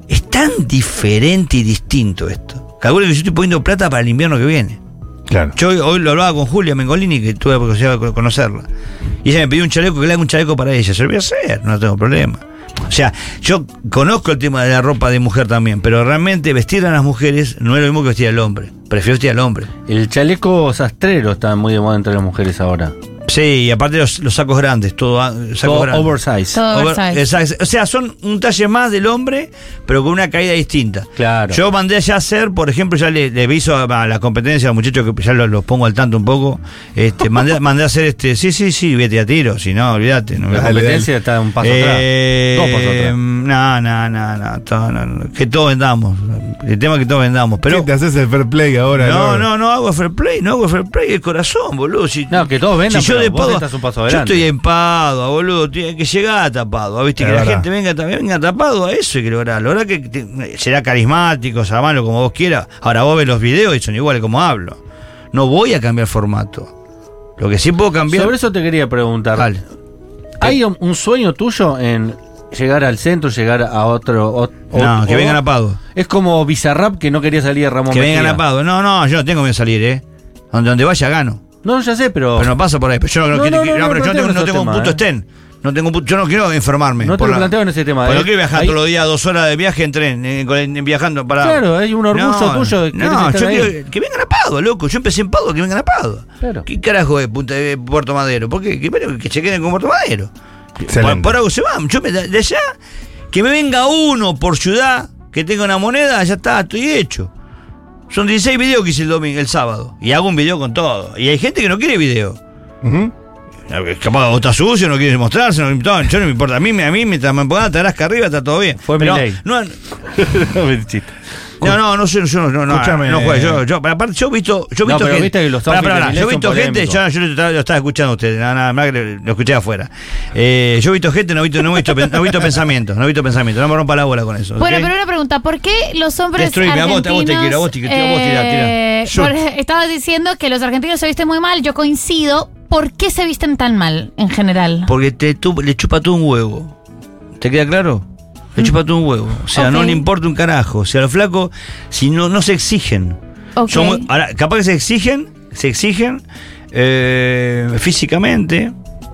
[SPEAKER 4] es tan diferente y distinto esto. Calculo que yo estoy poniendo plata para el invierno que viene.
[SPEAKER 2] Claro.
[SPEAKER 4] Yo hoy, hoy lo hablaba con Julia Mengolini, que tuve la oportunidad de conocerla. Y ella me pidió un chaleco, que le haga un chaleco para ella. Se lo voy a hacer, no tengo problema. O sea, yo conozco el tema de la ropa de mujer también, pero realmente vestir a las mujeres no es lo mismo que vestir al hombre. Prefiero vestir al hombre.
[SPEAKER 1] El chaleco sastrero está muy de moda entre las mujeres ahora.
[SPEAKER 4] Sí, y aparte los, los sacos grandes, todo ah, sacos
[SPEAKER 1] Todo
[SPEAKER 4] grandes.
[SPEAKER 1] oversize.
[SPEAKER 3] Todo
[SPEAKER 4] Over-
[SPEAKER 3] oversize.
[SPEAKER 4] exacto. O sea, son un talle más del hombre, pero con una caída distinta.
[SPEAKER 1] Claro.
[SPEAKER 4] Yo mandé allá a hacer, por ejemplo, ya le, le aviso a, a la competencia, a los muchachos que ya los, los pongo al tanto un poco. Este, mandé, mandé a hacer este, sí, sí, sí, vete a tiro, si no, olvídate. No, me-
[SPEAKER 1] La competencia está un paso
[SPEAKER 4] Eh,
[SPEAKER 1] atrás. Dos pasos atrás.
[SPEAKER 4] No, no, no, no, to- no, no, que todos vendamos. El tema es que todos vendamos, pero...
[SPEAKER 2] ¿Qué te haces el fair play ahora?
[SPEAKER 4] No,
[SPEAKER 2] Lord?
[SPEAKER 4] no, no hago fair play, no hago fair play, el corazón, boludo. Si,
[SPEAKER 1] No, que todos vendan,
[SPEAKER 4] si yo
[SPEAKER 1] pero
[SPEAKER 4] de
[SPEAKER 1] vos
[SPEAKER 4] Padua-
[SPEAKER 1] estás un paso
[SPEAKER 4] Yo
[SPEAKER 1] adelante.
[SPEAKER 4] estoy en Padua, boludo, tiene que llegar tapado. Viste
[SPEAKER 2] Es
[SPEAKER 4] que la
[SPEAKER 2] verdad.
[SPEAKER 4] gente venga, ta- venga tapado a eso hay que lograr. Lograr que te- será carismático, será malo, como vos quieras. Ahora vos ves los videos y son iguales como hablo. No voy a cambiar formato. Lo que sí puedo cambiar.
[SPEAKER 1] Sobre eso te quería preguntar.
[SPEAKER 4] Dale.
[SPEAKER 1] ¿Hay un, un sueño tuyo en llegar al centro, llegar a otro... ot-
[SPEAKER 4] No,
[SPEAKER 1] o-
[SPEAKER 4] que
[SPEAKER 1] o-
[SPEAKER 4] vengan a Padua.
[SPEAKER 1] Es como Bizarrap que no quería salir de Ramón
[SPEAKER 4] Que vengan
[SPEAKER 1] Mejía.
[SPEAKER 4] a Padua. No, no, yo no tengo miedo a salir, eh. Donde, donde vaya gano.
[SPEAKER 1] No, ya sé, pero...
[SPEAKER 4] Pero no pasa por ahí. Pero yo no,
[SPEAKER 1] No,
[SPEAKER 4] quiero-
[SPEAKER 1] no,
[SPEAKER 4] quiero-
[SPEAKER 1] no,
[SPEAKER 4] no, pero
[SPEAKER 1] no
[SPEAKER 4] yo tengo,
[SPEAKER 1] planteemos
[SPEAKER 4] no
[SPEAKER 1] ese
[SPEAKER 4] tengo un
[SPEAKER 1] tema,
[SPEAKER 4] punto
[SPEAKER 1] eh.
[SPEAKER 4] estén. No tengo un punto- yo no quiero enfermarme.
[SPEAKER 1] No te
[SPEAKER 4] por
[SPEAKER 1] lo
[SPEAKER 4] la-
[SPEAKER 1] planteo en ese tema.
[SPEAKER 4] Porque
[SPEAKER 1] eh.
[SPEAKER 4] no quiero viajar
[SPEAKER 1] Hay-
[SPEAKER 4] todos los días dos horas de viaje en tren, eh, con- en- viajando para.
[SPEAKER 1] Claro, hay un orgullo
[SPEAKER 4] No,
[SPEAKER 1] tuyo de que
[SPEAKER 4] No,
[SPEAKER 1] querés estar
[SPEAKER 4] yo
[SPEAKER 1] ahí.
[SPEAKER 4] quiero que vengan a Padua, loco. Yo empecé en Padua, que vengan a Padua.
[SPEAKER 1] Claro.
[SPEAKER 4] ¿Qué carajo es Punta- eh, Puerto Madero? ¿Por qué? Que, pero que se queden con Puerto Madero.
[SPEAKER 2] Excelente.
[SPEAKER 4] Por, por algo se van. Yo me- de allá, que me venga uno por ciudad que tenga una moneda, ya está, estoy hecho. Son 16 videos que hice el domingo, el sábado. Y hago un video con todo. Y hay gente que no quiere video. Eh,
[SPEAKER 2] Ujú.
[SPEAKER 4] Capaz o está sucio, no quiere mostrarse, no, no, yo no me importa. A mí, me- a mí mientras me pongas tarasca arriba, está todo bien.
[SPEAKER 1] Fue
[SPEAKER 4] Pero
[SPEAKER 1] Milei.
[SPEAKER 4] no,
[SPEAKER 1] Mentira.
[SPEAKER 4] No, no, no, yo, yo no, no, no,
[SPEAKER 2] Escúchame.
[SPEAKER 4] no juego. Yo, yo, aparte, yo he visto, yo
[SPEAKER 1] eh. No,
[SPEAKER 4] he visto
[SPEAKER 1] pero
[SPEAKER 4] gente-
[SPEAKER 1] viste que los
[SPEAKER 4] Pará,
[SPEAKER 1] outfits
[SPEAKER 4] pará,
[SPEAKER 1] de
[SPEAKER 4] pará,
[SPEAKER 1] Milei
[SPEAKER 4] yo he
[SPEAKER 1] son
[SPEAKER 4] visto gente, yo,
[SPEAKER 1] polémicos.
[SPEAKER 4] yo lo estaba- lo estaba escuchando a usted, nada, nada más que lo escuché afuera. Eh, yo he visto gente, no he visto, no he visto, pen- no he visto pensamientos, no he visto pensamientos, no me rompa la bola con eso.
[SPEAKER 3] Bueno,
[SPEAKER 4] ¿ok?
[SPEAKER 3] pero una pregunta, ¿por qué los hombres
[SPEAKER 4] Destruime, a vos, a
[SPEAKER 3] argentinos...
[SPEAKER 4] vos te quiero, a vos te quiero, a vos tirá, tirá.
[SPEAKER 3] eh,
[SPEAKER 4] Yo-
[SPEAKER 3] por- estabas diciendo que los argentinos se visten muy mal, yo coincido. ¿Por qué se visten tan mal en general?
[SPEAKER 4] Porque te tu- le chupa todo un huevo. ¿Te queda claro? Le chupa todo un huevo. O sea, no
[SPEAKER 3] Mm. Ok.
[SPEAKER 4] le importa un carajo. O sea, los flacos, si no, no se exigen.
[SPEAKER 3] Ok.
[SPEAKER 4] Son muy- ahora, capaz que se exigen, se exigen eh, físicamente,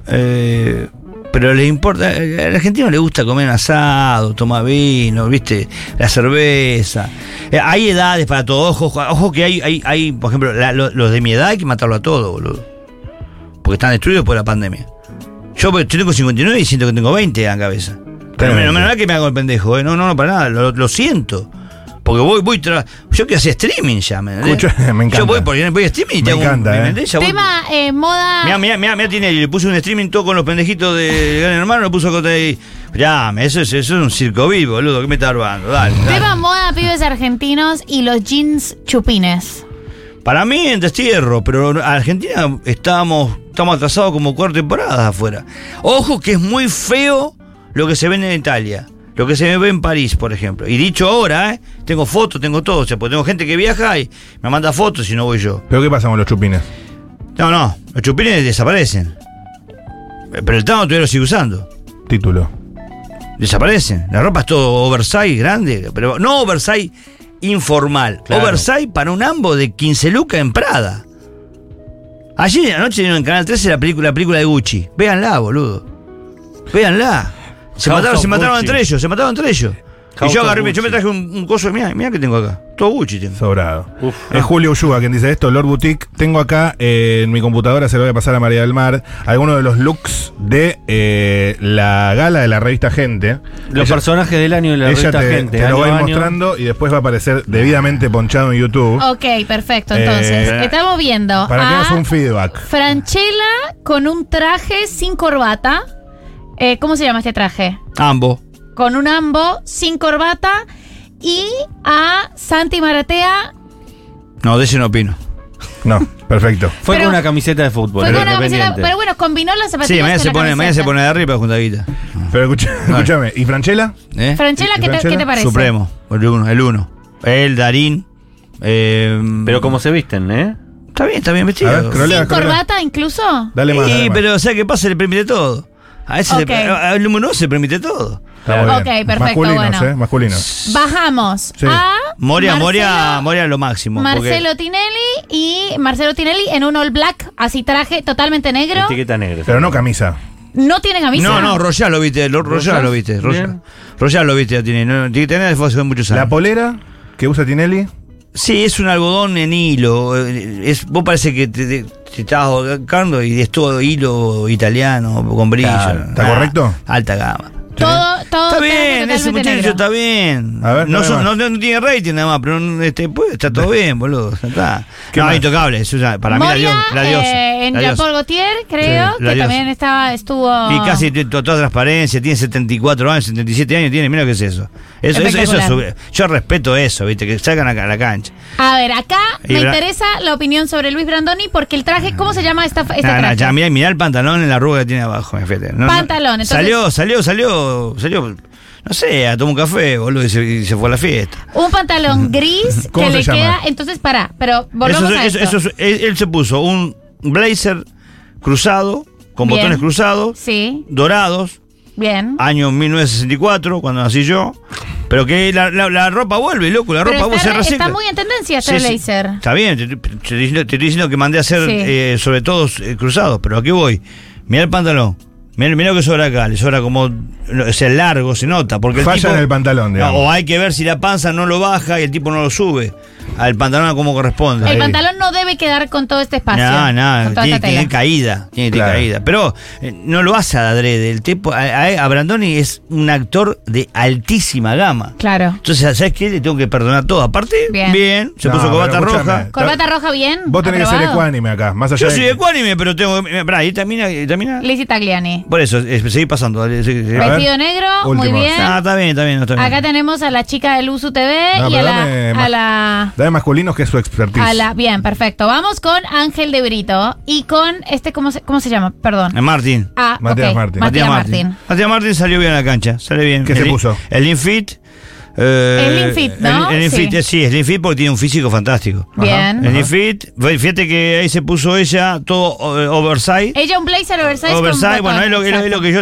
[SPEAKER 4] eh, pero les importa. eh, Al argentino le gusta comer asado, tomar vino, ¿viste? La cerveza. Eh, hay edades para todo. Ojo, ojo, ojo que hay, hay, hay por ejemplo, la- lo- los de mi edad hay que matarlo a todos, boludo. Porque están destruidos por la pandemia. Yo, pues, yo tengo 59 y siento que tengo 20 en la cabeza. Pero
[SPEAKER 2] Tremendo.
[SPEAKER 4] menos mal que me hago el pendejo, ¿eh? No, no, no, para nada, lo, lo siento. Porque voy, voy tras. Yo quiero hacer streaming ya, ¿me entendés?
[SPEAKER 2] Escucho, me encanta.
[SPEAKER 4] Yo voy por voy a streaming y
[SPEAKER 2] Me
[SPEAKER 4] te hago un-
[SPEAKER 2] encanta,
[SPEAKER 4] ¿me
[SPEAKER 2] eh.
[SPEAKER 4] entendés? Ya voy-
[SPEAKER 3] Tema eh, moda...
[SPEAKER 4] Mirá, mirá, mirá, mirá, tiene, le puse un streaming todo con los pendejitos de Gran Hermano, lo puso con ahí. Mirá, eso es, eso es un circo vivo, boludo, que me está robando, dale. dale.
[SPEAKER 3] Tema moda, pibes argentinos y los jeans chupines.
[SPEAKER 4] Para mí en destierro, pero Argentina estamos, estamos atrasados como cuatro temporadas afuera. Ojo que es muy feo lo que se ve en Italia, lo que se ve en París, por ejemplo. Y dicho ahora, ¿eh? tengo fotos, tengo todo, o sea, porque tengo gente que viaja y me manda fotos y no voy yo.
[SPEAKER 2] ¿Pero qué pasa con los chupines?
[SPEAKER 4] No, no, los chupines desaparecen. Eh, Pero el tango todavía lo sigue usando.
[SPEAKER 2] Título.
[SPEAKER 4] Desaparecen. La ropa es todo oversize, grande, pero no oversize informal.
[SPEAKER 1] Claro.
[SPEAKER 4] Oversize para un ambo de 15 lucas en Prada. Ayer anoche vino en Canal 13 la película, la película de Gucci. Véanla, boludo. Véanla. Se
[SPEAKER 1] House
[SPEAKER 4] mataron,
[SPEAKER 1] of
[SPEAKER 4] se mataron
[SPEAKER 1] Gucci.
[SPEAKER 4] entre ellos, se mataron entre ellos.
[SPEAKER 1] House
[SPEAKER 4] y yo
[SPEAKER 1] of
[SPEAKER 4] agarré, yo me
[SPEAKER 1] Gucci.
[SPEAKER 4] traje un, un coso, mirá, mirá que tengo acá. Todo Gucci tengo.
[SPEAKER 2] Sobrado.
[SPEAKER 1] Uf.
[SPEAKER 2] es Julio Ulloa quien dice esto, Lord Boutique. Tengo acá eh, en mi computadora, se lo voy a pasar a María del Mar, algunos de los looks de eh, la gala de la revista Gente.
[SPEAKER 1] Los
[SPEAKER 2] Ella-
[SPEAKER 1] personajes del año y la
[SPEAKER 2] ella
[SPEAKER 1] revista
[SPEAKER 2] te,
[SPEAKER 1] gente.
[SPEAKER 2] te lo
[SPEAKER 1] año
[SPEAKER 2] va a ir
[SPEAKER 1] año.
[SPEAKER 2] mostrando y después va a aparecer debidamente ponchado en YouTube.
[SPEAKER 3] Ok, perfecto.
[SPEAKER 2] Eh,
[SPEAKER 3] Entonces, estamos viendo
[SPEAKER 2] Para que hagas
[SPEAKER 3] a
[SPEAKER 2] un feedback.
[SPEAKER 3] Franchella con un traje sin corbata. Eh, ¿Cómo se llama este traje?
[SPEAKER 4] Ambo.
[SPEAKER 3] Con un ambo sin corbata. Y a Santi Maratea
[SPEAKER 4] No, de ese no opino.
[SPEAKER 2] No, perfecto.
[SPEAKER 1] Fue
[SPEAKER 3] Pero-
[SPEAKER 1] con una camiseta de fútbol.
[SPEAKER 3] fue con una camiseta-
[SPEAKER 1] independiente.
[SPEAKER 3] Pero bueno, combinó las zapatillas
[SPEAKER 4] Sí, mañana
[SPEAKER 3] con
[SPEAKER 4] se,
[SPEAKER 3] la
[SPEAKER 4] pone, mañana se
[SPEAKER 3] camiseta.
[SPEAKER 4] pone de arriba juntaguita.
[SPEAKER 2] Pero escucha- escúchame, ¿y Franchella?
[SPEAKER 4] ¿Eh?
[SPEAKER 3] Franchella,
[SPEAKER 2] ¿Y
[SPEAKER 3] ¿qué, te-
[SPEAKER 2] Franchella?
[SPEAKER 3] qué te parece?
[SPEAKER 4] Supremo, el uno, el uno. Él, Darín. eh,
[SPEAKER 1] Pero como se visten, ¿eh?
[SPEAKER 4] Está bien, está bien vestido.
[SPEAKER 2] A ver, creo-
[SPEAKER 3] ¿Sin
[SPEAKER 2] Colea, colea.
[SPEAKER 3] corbata incluso?
[SPEAKER 2] Dale más. dale
[SPEAKER 4] sí,
[SPEAKER 2] más.
[SPEAKER 4] pero o sea, ¿qué pasa? Le permite todo. A ese
[SPEAKER 3] Ok.
[SPEAKER 4] se, a- al número uno se permite todo.
[SPEAKER 2] Está muy bien.
[SPEAKER 3] Ok, perfecto,
[SPEAKER 2] Masculinos,
[SPEAKER 3] bueno.
[SPEAKER 2] eh, masculinos.
[SPEAKER 3] Bajamos
[SPEAKER 2] Sí.
[SPEAKER 3] a
[SPEAKER 4] Moria,
[SPEAKER 3] Marcelo-
[SPEAKER 4] Moria, Moria lo máximo. porque-
[SPEAKER 3] Marcelo Tinelli y Marcelo Tinelli en un all black, así traje totalmente negro.
[SPEAKER 1] Etiqueta negra.
[SPEAKER 2] Pero no camisa.
[SPEAKER 3] No tiene camisa.
[SPEAKER 4] No, no, Royal lo viste, lo- Royal
[SPEAKER 1] Royal,
[SPEAKER 4] lo viste, Royal.
[SPEAKER 1] bien.
[SPEAKER 4] Royal lo viste, ya tiene. No, tiene que tener fue hace muchos
[SPEAKER 2] La
[SPEAKER 4] años.
[SPEAKER 2] polera que usa Tinelli.
[SPEAKER 4] Sí, es un algodón en hilo. eh, Es, vos parece que te, te- te estabas ahorcando y es todo hilo italiano, con brillo.
[SPEAKER 1] Claro,
[SPEAKER 2] ¿está
[SPEAKER 4] Ah,
[SPEAKER 2] correcto?
[SPEAKER 4] Alta gama.
[SPEAKER 3] Todo, todo
[SPEAKER 4] Está
[SPEAKER 3] traje
[SPEAKER 4] bien,
[SPEAKER 3] totalmente
[SPEAKER 4] ese muchacho
[SPEAKER 3] negro.
[SPEAKER 4] está bien.
[SPEAKER 2] A ver,
[SPEAKER 4] no,
[SPEAKER 2] dale
[SPEAKER 4] son-
[SPEAKER 2] más.
[SPEAKER 4] no- no tiene rating nada más, pero no, este, pues, está todo bien, boludo. ya Está.
[SPEAKER 2] ¿Qué
[SPEAKER 4] no,
[SPEAKER 2] más?
[SPEAKER 4] intocable. es una- para mí la
[SPEAKER 3] Moria,
[SPEAKER 4] diosa. La diosa,
[SPEAKER 3] eh, en
[SPEAKER 4] la diosa.
[SPEAKER 3] Jean-Paul Gaultier, creo,
[SPEAKER 4] Sí, la
[SPEAKER 3] que
[SPEAKER 4] diosa.
[SPEAKER 3] también estaba, estuvo...
[SPEAKER 4] Y casi t- to- toda transparencia, tiene 74 años, 77 años, tiene, mira qué es eso. Eso, eso, eso es
[SPEAKER 3] Espectacular.
[SPEAKER 4] su- yo respeto eso, viste, que sacan acá a la cancha.
[SPEAKER 3] A ver, acá
[SPEAKER 4] Y
[SPEAKER 3] me
[SPEAKER 4] Bra-
[SPEAKER 3] interesa la opinión sobre Luis Brandoni porque el traje, ¿cómo se llama esta, este
[SPEAKER 4] Nah, nah,
[SPEAKER 3] traje?
[SPEAKER 4] ya, mirá, mirá el pantalón en la arruga que tiene abajo, me fíjate. No, no.
[SPEAKER 3] Pantalón, entonces-
[SPEAKER 4] Salió, salió, salió, salió, no sé, a tomar un café, boludo, y se, y se fue a la fiesta.
[SPEAKER 3] Un pantalón gris
[SPEAKER 2] ¿Cómo
[SPEAKER 3] que
[SPEAKER 2] se
[SPEAKER 3] le
[SPEAKER 2] llama?
[SPEAKER 3] queda... Entonces, pará, pero volvamos
[SPEAKER 4] Eso-
[SPEAKER 3] a
[SPEAKER 4] eso-
[SPEAKER 3] esto.
[SPEAKER 4] eso- él, él se puso un blazer cruzado, con
[SPEAKER 3] Bien.
[SPEAKER 4] botones cruzados,
[SPEAKER 3] Sí,
[SPEAKER 4] dorados,
[SPEAKER 3] bien.
[SPEAKER 4] año 1964, cuando nací yo. Pero que la, la- la ropa vuelve, loco, la
[SPEAKER 3] Pero
[SPEAKER 4] ropa
[SPEAKER 3] está,
[SPEAKER 4] se
[SPEAKER 3] re-
[SPEAKER 4] recicla.
[SPEAKER 3] está muy en tendencia este
[SPEAKER 4] Sí, sí.
[SPEAKER 3] blazer.
[SPEAKER 4] Está bien, te, te- te estoy diciendo- te estoy diciendo que mandé a hacer
[SPEAKER 3] Sí.
[SPEAKER 4] eh, sobre todo eh, cruzados, pero aquí voy. Mirá el pantalón. Mirá, mirá lo que sobra acá, le sobra como. no, O sea, largo, se nota. Porque el
[SPEAKER 2] Falla
[SPEAKER 4] tipo-
[SPEAKER 2] en el pantalón,
[SPEAKER 4] No,
[SPEAKER 2] digamos.
[SPEAKER 4] o hay que ver si la panza no lo baja y el tipo no lo sube. al pantalón a como corresponde.
[SPEAKER 3] El
[SPEAKER 4] Ahí.
[SPEAKER 3] pantalón no debe quedar con todo este espacio.
[SPEAKER 4] No,
[SPEAKER 3] con
[SPEAKER 4] no,
[SPEAKER 3] toda
[SPEAKER 4] tiene
[SPEAKER 3] esta
[SPEAKER 4] que
[SPEAKER 3] tela.
[SPEAKER 4] tener caída, tiene que tener
[SPEAKER 2] Claro.
[SPEAKER 4] caída. Pero eh, no lo hace a adrede. El tipo, a, a- a Brandoni es un actor de altísima gama.
[SPEAKER 3] Claro.
[SPEAKER 4] Entonces, ¿sabes qué? Le tengo que perdonar todo. Aparte,
[SPEAKER 3] Bien.
[SPEAKER 4] bien, se
[SPEAKER 2] No,
[SPEAKER 4] puso
[SPEAKER 2] pero
[SPEAKER 4] corbata
[SPEAKER 2] escúchame.
[SPEAKER 4] roja.
[SPEAKER 3] Corbata roja bien.
[SPEAKER 2] Vos tenés que ser
[SPEAKER 3] aprobado.
[SPEAKER 2] ecuánime acá, más allá
[SPEAKER 4] Yo
[SPEAKER 2] de-
[SPEAKER 4] soy ecuánime, pero tengo que. Pará, ahí termina, ahí termina.
[SPEAKER 3] Lizzy Tagliani.
[SPEAKER 4] Por eso, eh, seguí pasando. dale, seguí, seguí.
[SPEAKER 2] A ver.
[SPEAKER 3] Vestido negro,
[SPEAKER 2] Último.
[SPEAKER 3] muy bien.
[SPEAKER 4] Ah, está bien, está bien, está bien.
[SPEAKER 3] Acá tenemos a la chica de Luzu TV
[SPEAKER 2] No,
[SPEAKER 3] y a
[SPEAKER 2] pero
[SPEAKER 3] la,
[SPEAKER 2] dame más-
[SPEAKER 3] a la.
[SPEAKER 2] Dame masculinos que es su expertise.
[SPEAKER 3] a la- Bien, perfecto. Vamos con Ángel de Brito y con este, ¿cómo se, cómo se llama? Perdón.
[SPEAKER 4] Eh, Martín.
[SPEAKER 3] Ah,
[SPEAKER 2] Matías
[SPEAKER 3] ok,
[SPEAKER 2] Martín.
[SPEAKER 3] Matías Martín.
[SPEAKER 4] Matías Martín salió bien a la cancha, sale bien.
[SPEAKER 2] ¿Qué se
[SPEAKER 4] El-
[SPEAKER 2] puso?
[SPEAKER 4] El Infit. eh,
[SPEAKER 3] El Linfit, ¿no?
[SPEAKER 4] El, el Linfit,
[SPEAKER 3] Sí.
[SPEAKER 4] eh, sí, el Infit porque tiene un físico fantástico.
[SPEAKER 3] Bien.
[SPEAKER 4] El Infit, ve, fíjate que ahí se puso ella, todo eh, oversize.
[SPEAKER 3] Ella un blazer oversize. con
[SPEAKER 4] Oversize,
[SPEAKER 3] botón,
[SPEAKER 4] bueno, es lo, es lo- es lo que yo.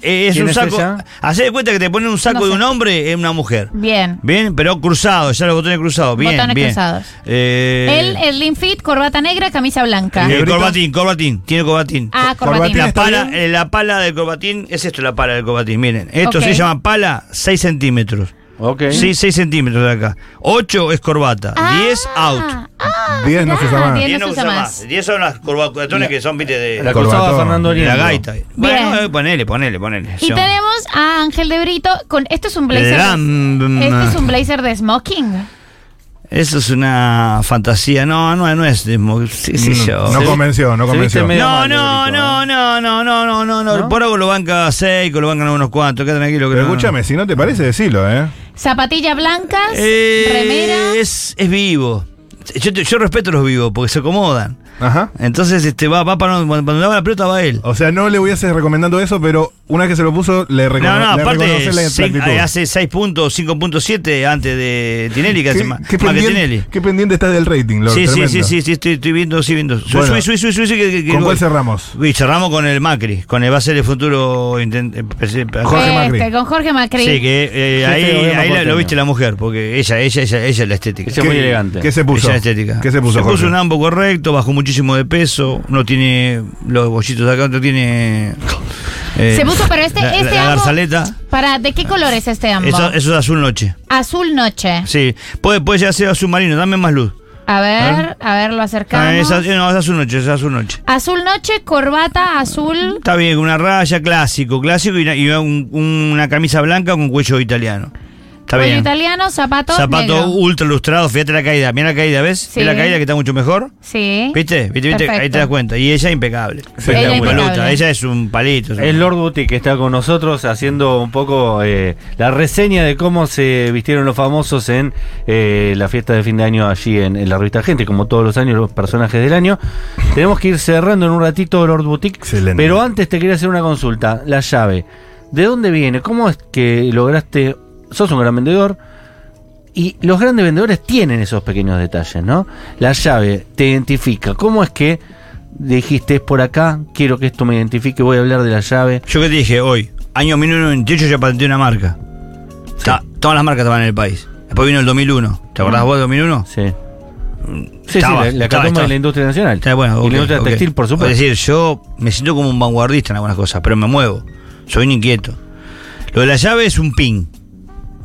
[SPEAKER 4] eh, es
[SPEAKER 1] ¿Quién
[SPEAKER 4] un
[SPEAKER 1] es
[SPEAKER 4] saco.
[SPEAKER 1] ella?
[SPEAKER 4] Hacé de cuenta que te ponen un saco
[SPEAKER 3] No
[SPEAKER 4] de
[SPEAKER 3] sé.
[SPEAKER 4] un hombre es una mujer.
[SPEAKER 3] Bien.
[SPEAKER 4] Bien, pero cruzado, ya los botones cruzados. Bien,
[SPEAKER 3] Botones
[SPEAKER 4] bien.
[SPEAKER 3] cruzados.
[SPEAKER 4] Eh,
[SPEAKER 3] Él es lean fit, corbata negra, camisa blanca.
[SPEAKER 4] eh,
[SPEAKER 2] Librito.
[SPEAKER 4] corbatín, corbatín, tiene corbatín.
[SPEAKER 3] Ah,
[SPEAKER 2] Corbatín.
[SPEAKER 3] corbatín.
[SPEAKER 4] La
[SPEAKER 2] ¿Está
[SPEAKER 4] pala,
[SPEAKER 2] bien?
[SPEAKER 4] eh, la pala del corbatín, es esto la pala del corbatín, miren. Esto
[SPEAKER 3] Ok.
[SPEAKER 4] se llama pala 6 centímetros.
[SPEAKER 1] Ok.
[SPEAKER 4] Sí, 6 centímetros de acá. 8 es corbata,
[SPEAKER 3] Ah,
[SPEAKER 4] 10 out.
[SPEAKER 3] ah,
[SPEAKER 2] 10 no se usa
[SPEAKER 3] mirá,
[SPEAKER 2] más.
[SPEAKER 3] 10
[SPEAKER 4] 10
[SPEAKER 3] no se usa más.
[SPEAKER 4] 10 son las corbatones que son, viste, de,
[SPEAKER 1] La
[SPEAKER 4] de
[SPEAKER 2] Corbatón.
[SPEAKER 1] cruzaba Fernando
[SPEAKER 4] la
[SPEAKER 1] Oriente.
[SPEAKER 4] gaita. Bueno,
[SPEAKER 3] Bien.
[SPEAKER 4] eh, ponele, ponele, ponele.
[SPEAKER 3] Y
[SPEAKER 4] Yo-
[SPEAKER 3] tenemos a Ángel de Brito con. Esto es un blazer.
[SPEAKER 4] Elegant.
[SPEAKER 3] Este es un blazer de smoking.
[SPEAKER 4] Eso es una fantasía. No, no, no es. de mo- sí, sí, yo.
[SPEAKER 2] Mm, No
[SPEAKER 1] Se-
[SPEAKER 2] convenció, no
[SPEAKER 1] se
[SPEAKER 2] convenció.
[SPEAKER 1] viste medio
[SPEAKER 4] No,
[SPEAKER 1] mal,
[SPEAKER 4] Mm, no,
[SPEAKER 1] Federico,
[SPEAKER 4] no,
[SPEAKER 1] ¿eh?
[SPEAKER 4] no, no, no, no, no,
[SPEAKER 1] ¿No?
[SPEAKER 4] no. Por algo lo banca Seiko, lo bancan unos cuantos, quédate tranquilo. Que
[SPEAKER 2] Pero
[SPEAKER 4] no-
[SPEAKER 2] escúchame, si no te parece, decilo, ¿eh?
[SPEAKER 3] Zapatillas blancas,
[SPEAKER 4] Eh,
[SPEAKER 3] remera.
[SPEAKER 4] Es, es vivo. Yo, te- yo respeto a los vivos porque se acomodan.
[SPEAKER 2] Ajá.
[SPEAKER 4] Entonces, este, va, va para donde- cuando, cuando le va la pelota va él.
[SPEAKER 2] O sea, no le hubiese recomendando eso, pero una vez que se lo puso, le, recono
[SPEAKER 4] No, no,
[SPEAKER 2] le
[SPEAKER 4] aparte
[SPEAKER 2] reconoces la
[SPEAKER 4] sí,
[SPEAKER 2] exactitud.
[SPEAKER 4] hace 6 puntos, 5.7 antes de Tinelli, que hace más,
[SPEAKER 2] ¿Qué,
[SPEAKER 4] más que
[SPEAKER 2] pendiente,
[SPEAKER 4] Tinelli.
[SPEAKER 2] qué pendiente estás del rating, Lord,
[SPEAKER 4] Sí, sí,
[SPEAKER 2] tremendo.
[SPEAKER 4] sí, sí, sí, estoy, estoy viendo, sí, viendo. Su-
[SPEAKER 2] Bueno,
[SPEAKER 4] su- su- su- su- su- que- que-
[SPEAKER 2] ¿Con cuál
[SPEAKER 4] que-
[SPEAKER 2] cerramos?
[SPEAKER 4] Y cerramos con el Macri, con el va a ser el futuro inten- eh, presi-
[SPEAKER 2] Jorge
[SPEAKER 3] este,
[SPEAKER 2] Macri.
[SPEAKER 3] con Jorge Macri.
[SPEAKER 4] Sí, que eh, ahí,
[SPEAKER 1] Jefe de gobierno
[SPEAKER 4] ahí la-
[SPEAKER 1] porteño.
[SPEAKER 4] lo viste la mujer, porque ella, ella, ella, ella es la estética.
[SPEAKER 1] Ella es muy elegante.
[SPEAKER 2] ¿Qué se puso?
[SPEAKER 4] Ella es estética.
[SPEAKER 2] ¿Qué se puso, Jorge?
[SPEAKER 4] un ambo correcto, bajó muchísimo de peso, no tiene los bollitos de acá, no tiene. eh,
[SPEAKER 3] Se puso, pero este-
[SPEAKER 4] la,
[SPEAKER 3] este
[SPEAKER 4] la
[SPEAKER 3] ambo-
[SPEAKER 4] garzaleta.
[SPEAKER 3] Para, ¿de qué color es este ambo?
[SPEAKER 4] Eso, eso es azul noche.
[SPEAKER 3] Azul noche.
[SPEAKER 4] Sí. Puede, puede llegar a ser azul marino, dame más luz.
[SPEAKER 3] A
[SPEAKER 4] A
[SPEAKER 3] ver,
[SPEAKER 4] ver.
[SPEAKER 3] a ver, lo acercamos.
[SPEAKER 4] Ah, es azul- no, es azul noche, es azul noche.
[SPEAKER 3] Azul noche, corbata azul.
[SPEAKER 4] Está bien, una raya clásico, clásico y una, y un- una camisa blanca con cuello italiano. Está
[SPEAKER 3] cuello
[SPEAKER 4] bien.
[SPEAKER 3] italiano, zapato.
[SPEAKER 4] Zapato
[SPEAKER 3] negro.
[SPEAKER 4] ultra lustrado, fíjate la caída, mira la caída, ¿ves?
[SPEAKER 3] Sí.
[SPEAKER 4] Mira la caída que está mucho mejor.
[SPEAKER 3] Sí.
[SPEAKER 4] ¿Viste? ¿Viste? ¿Viste? Ahí
[SPEAKER 3] Perfecto.
[SPEAKER 4] te das cuenta. Y ella impecable.
[SPEAKER 2] Sí, Ella
[SPEAKER 4] Una
[SPEAKER 3] impecable.
[SPEAKER 4] paluta, ella es un palito. es un-
[SPEAKER 1] Es Lord Buti que está con nosotros haciendo un poco eh, la reseña de cómo se vistieron los famosos en eh, la fiesta de fin de año allí en, en la revista Gente, como todos los años, los personajes del año. Tenemos que ir cerrando en un ratito Lord Boutique,
[SPEAKER 2] Excelente.
[SPEAKER 1] pero antes te quería hacer una consulta. La llave, ¿de dónde viene? ¿Cómo es que lograste? Sos un gran vendedor. Y los grandes vendedores tienen esos pequeños detalles, ¿no? La llave te identifica. ¿Cómo es que dijiste es por acá? Quiero que esto me identifique, voy a hablar de la llave.
[SPEAKER 4] Yo que te dije hoy, año 1998 ya patenté una marca. Ta- todas las marcas estaban en el país. Después vino el 2001. ¿Te
[SPEAKER 3] Ah.
[SPEAKER 4] acordás vos del 2001?
[SPEAKER 1] Sí.
[SPEAKER 2] Mm,
[SPEAKER 1] Sí,
[SPEAKER 4] Estaba,
[SPEAKER 1] sí, la, la
[SPEAKER 4] estaba,
[SPEAKER 1] hecatombe
[SPEAKER 4] estaba.
[SPEAKER 1] de la industria nacional.
[SPEAKER 4] Está bueno,
[SPEAKER 1] y
[SPEAKER 4] ok,
[SPEAKER 1] la industria
[SPEAKER 4] ok.
[SPEAKER 1] textil, por supuesto.
[SPEAKER 4] Es decir, yo me siento como un vanguardista en algunas cosas, pero me muevo. Soy un inquieto. Lo de la llave es un pin.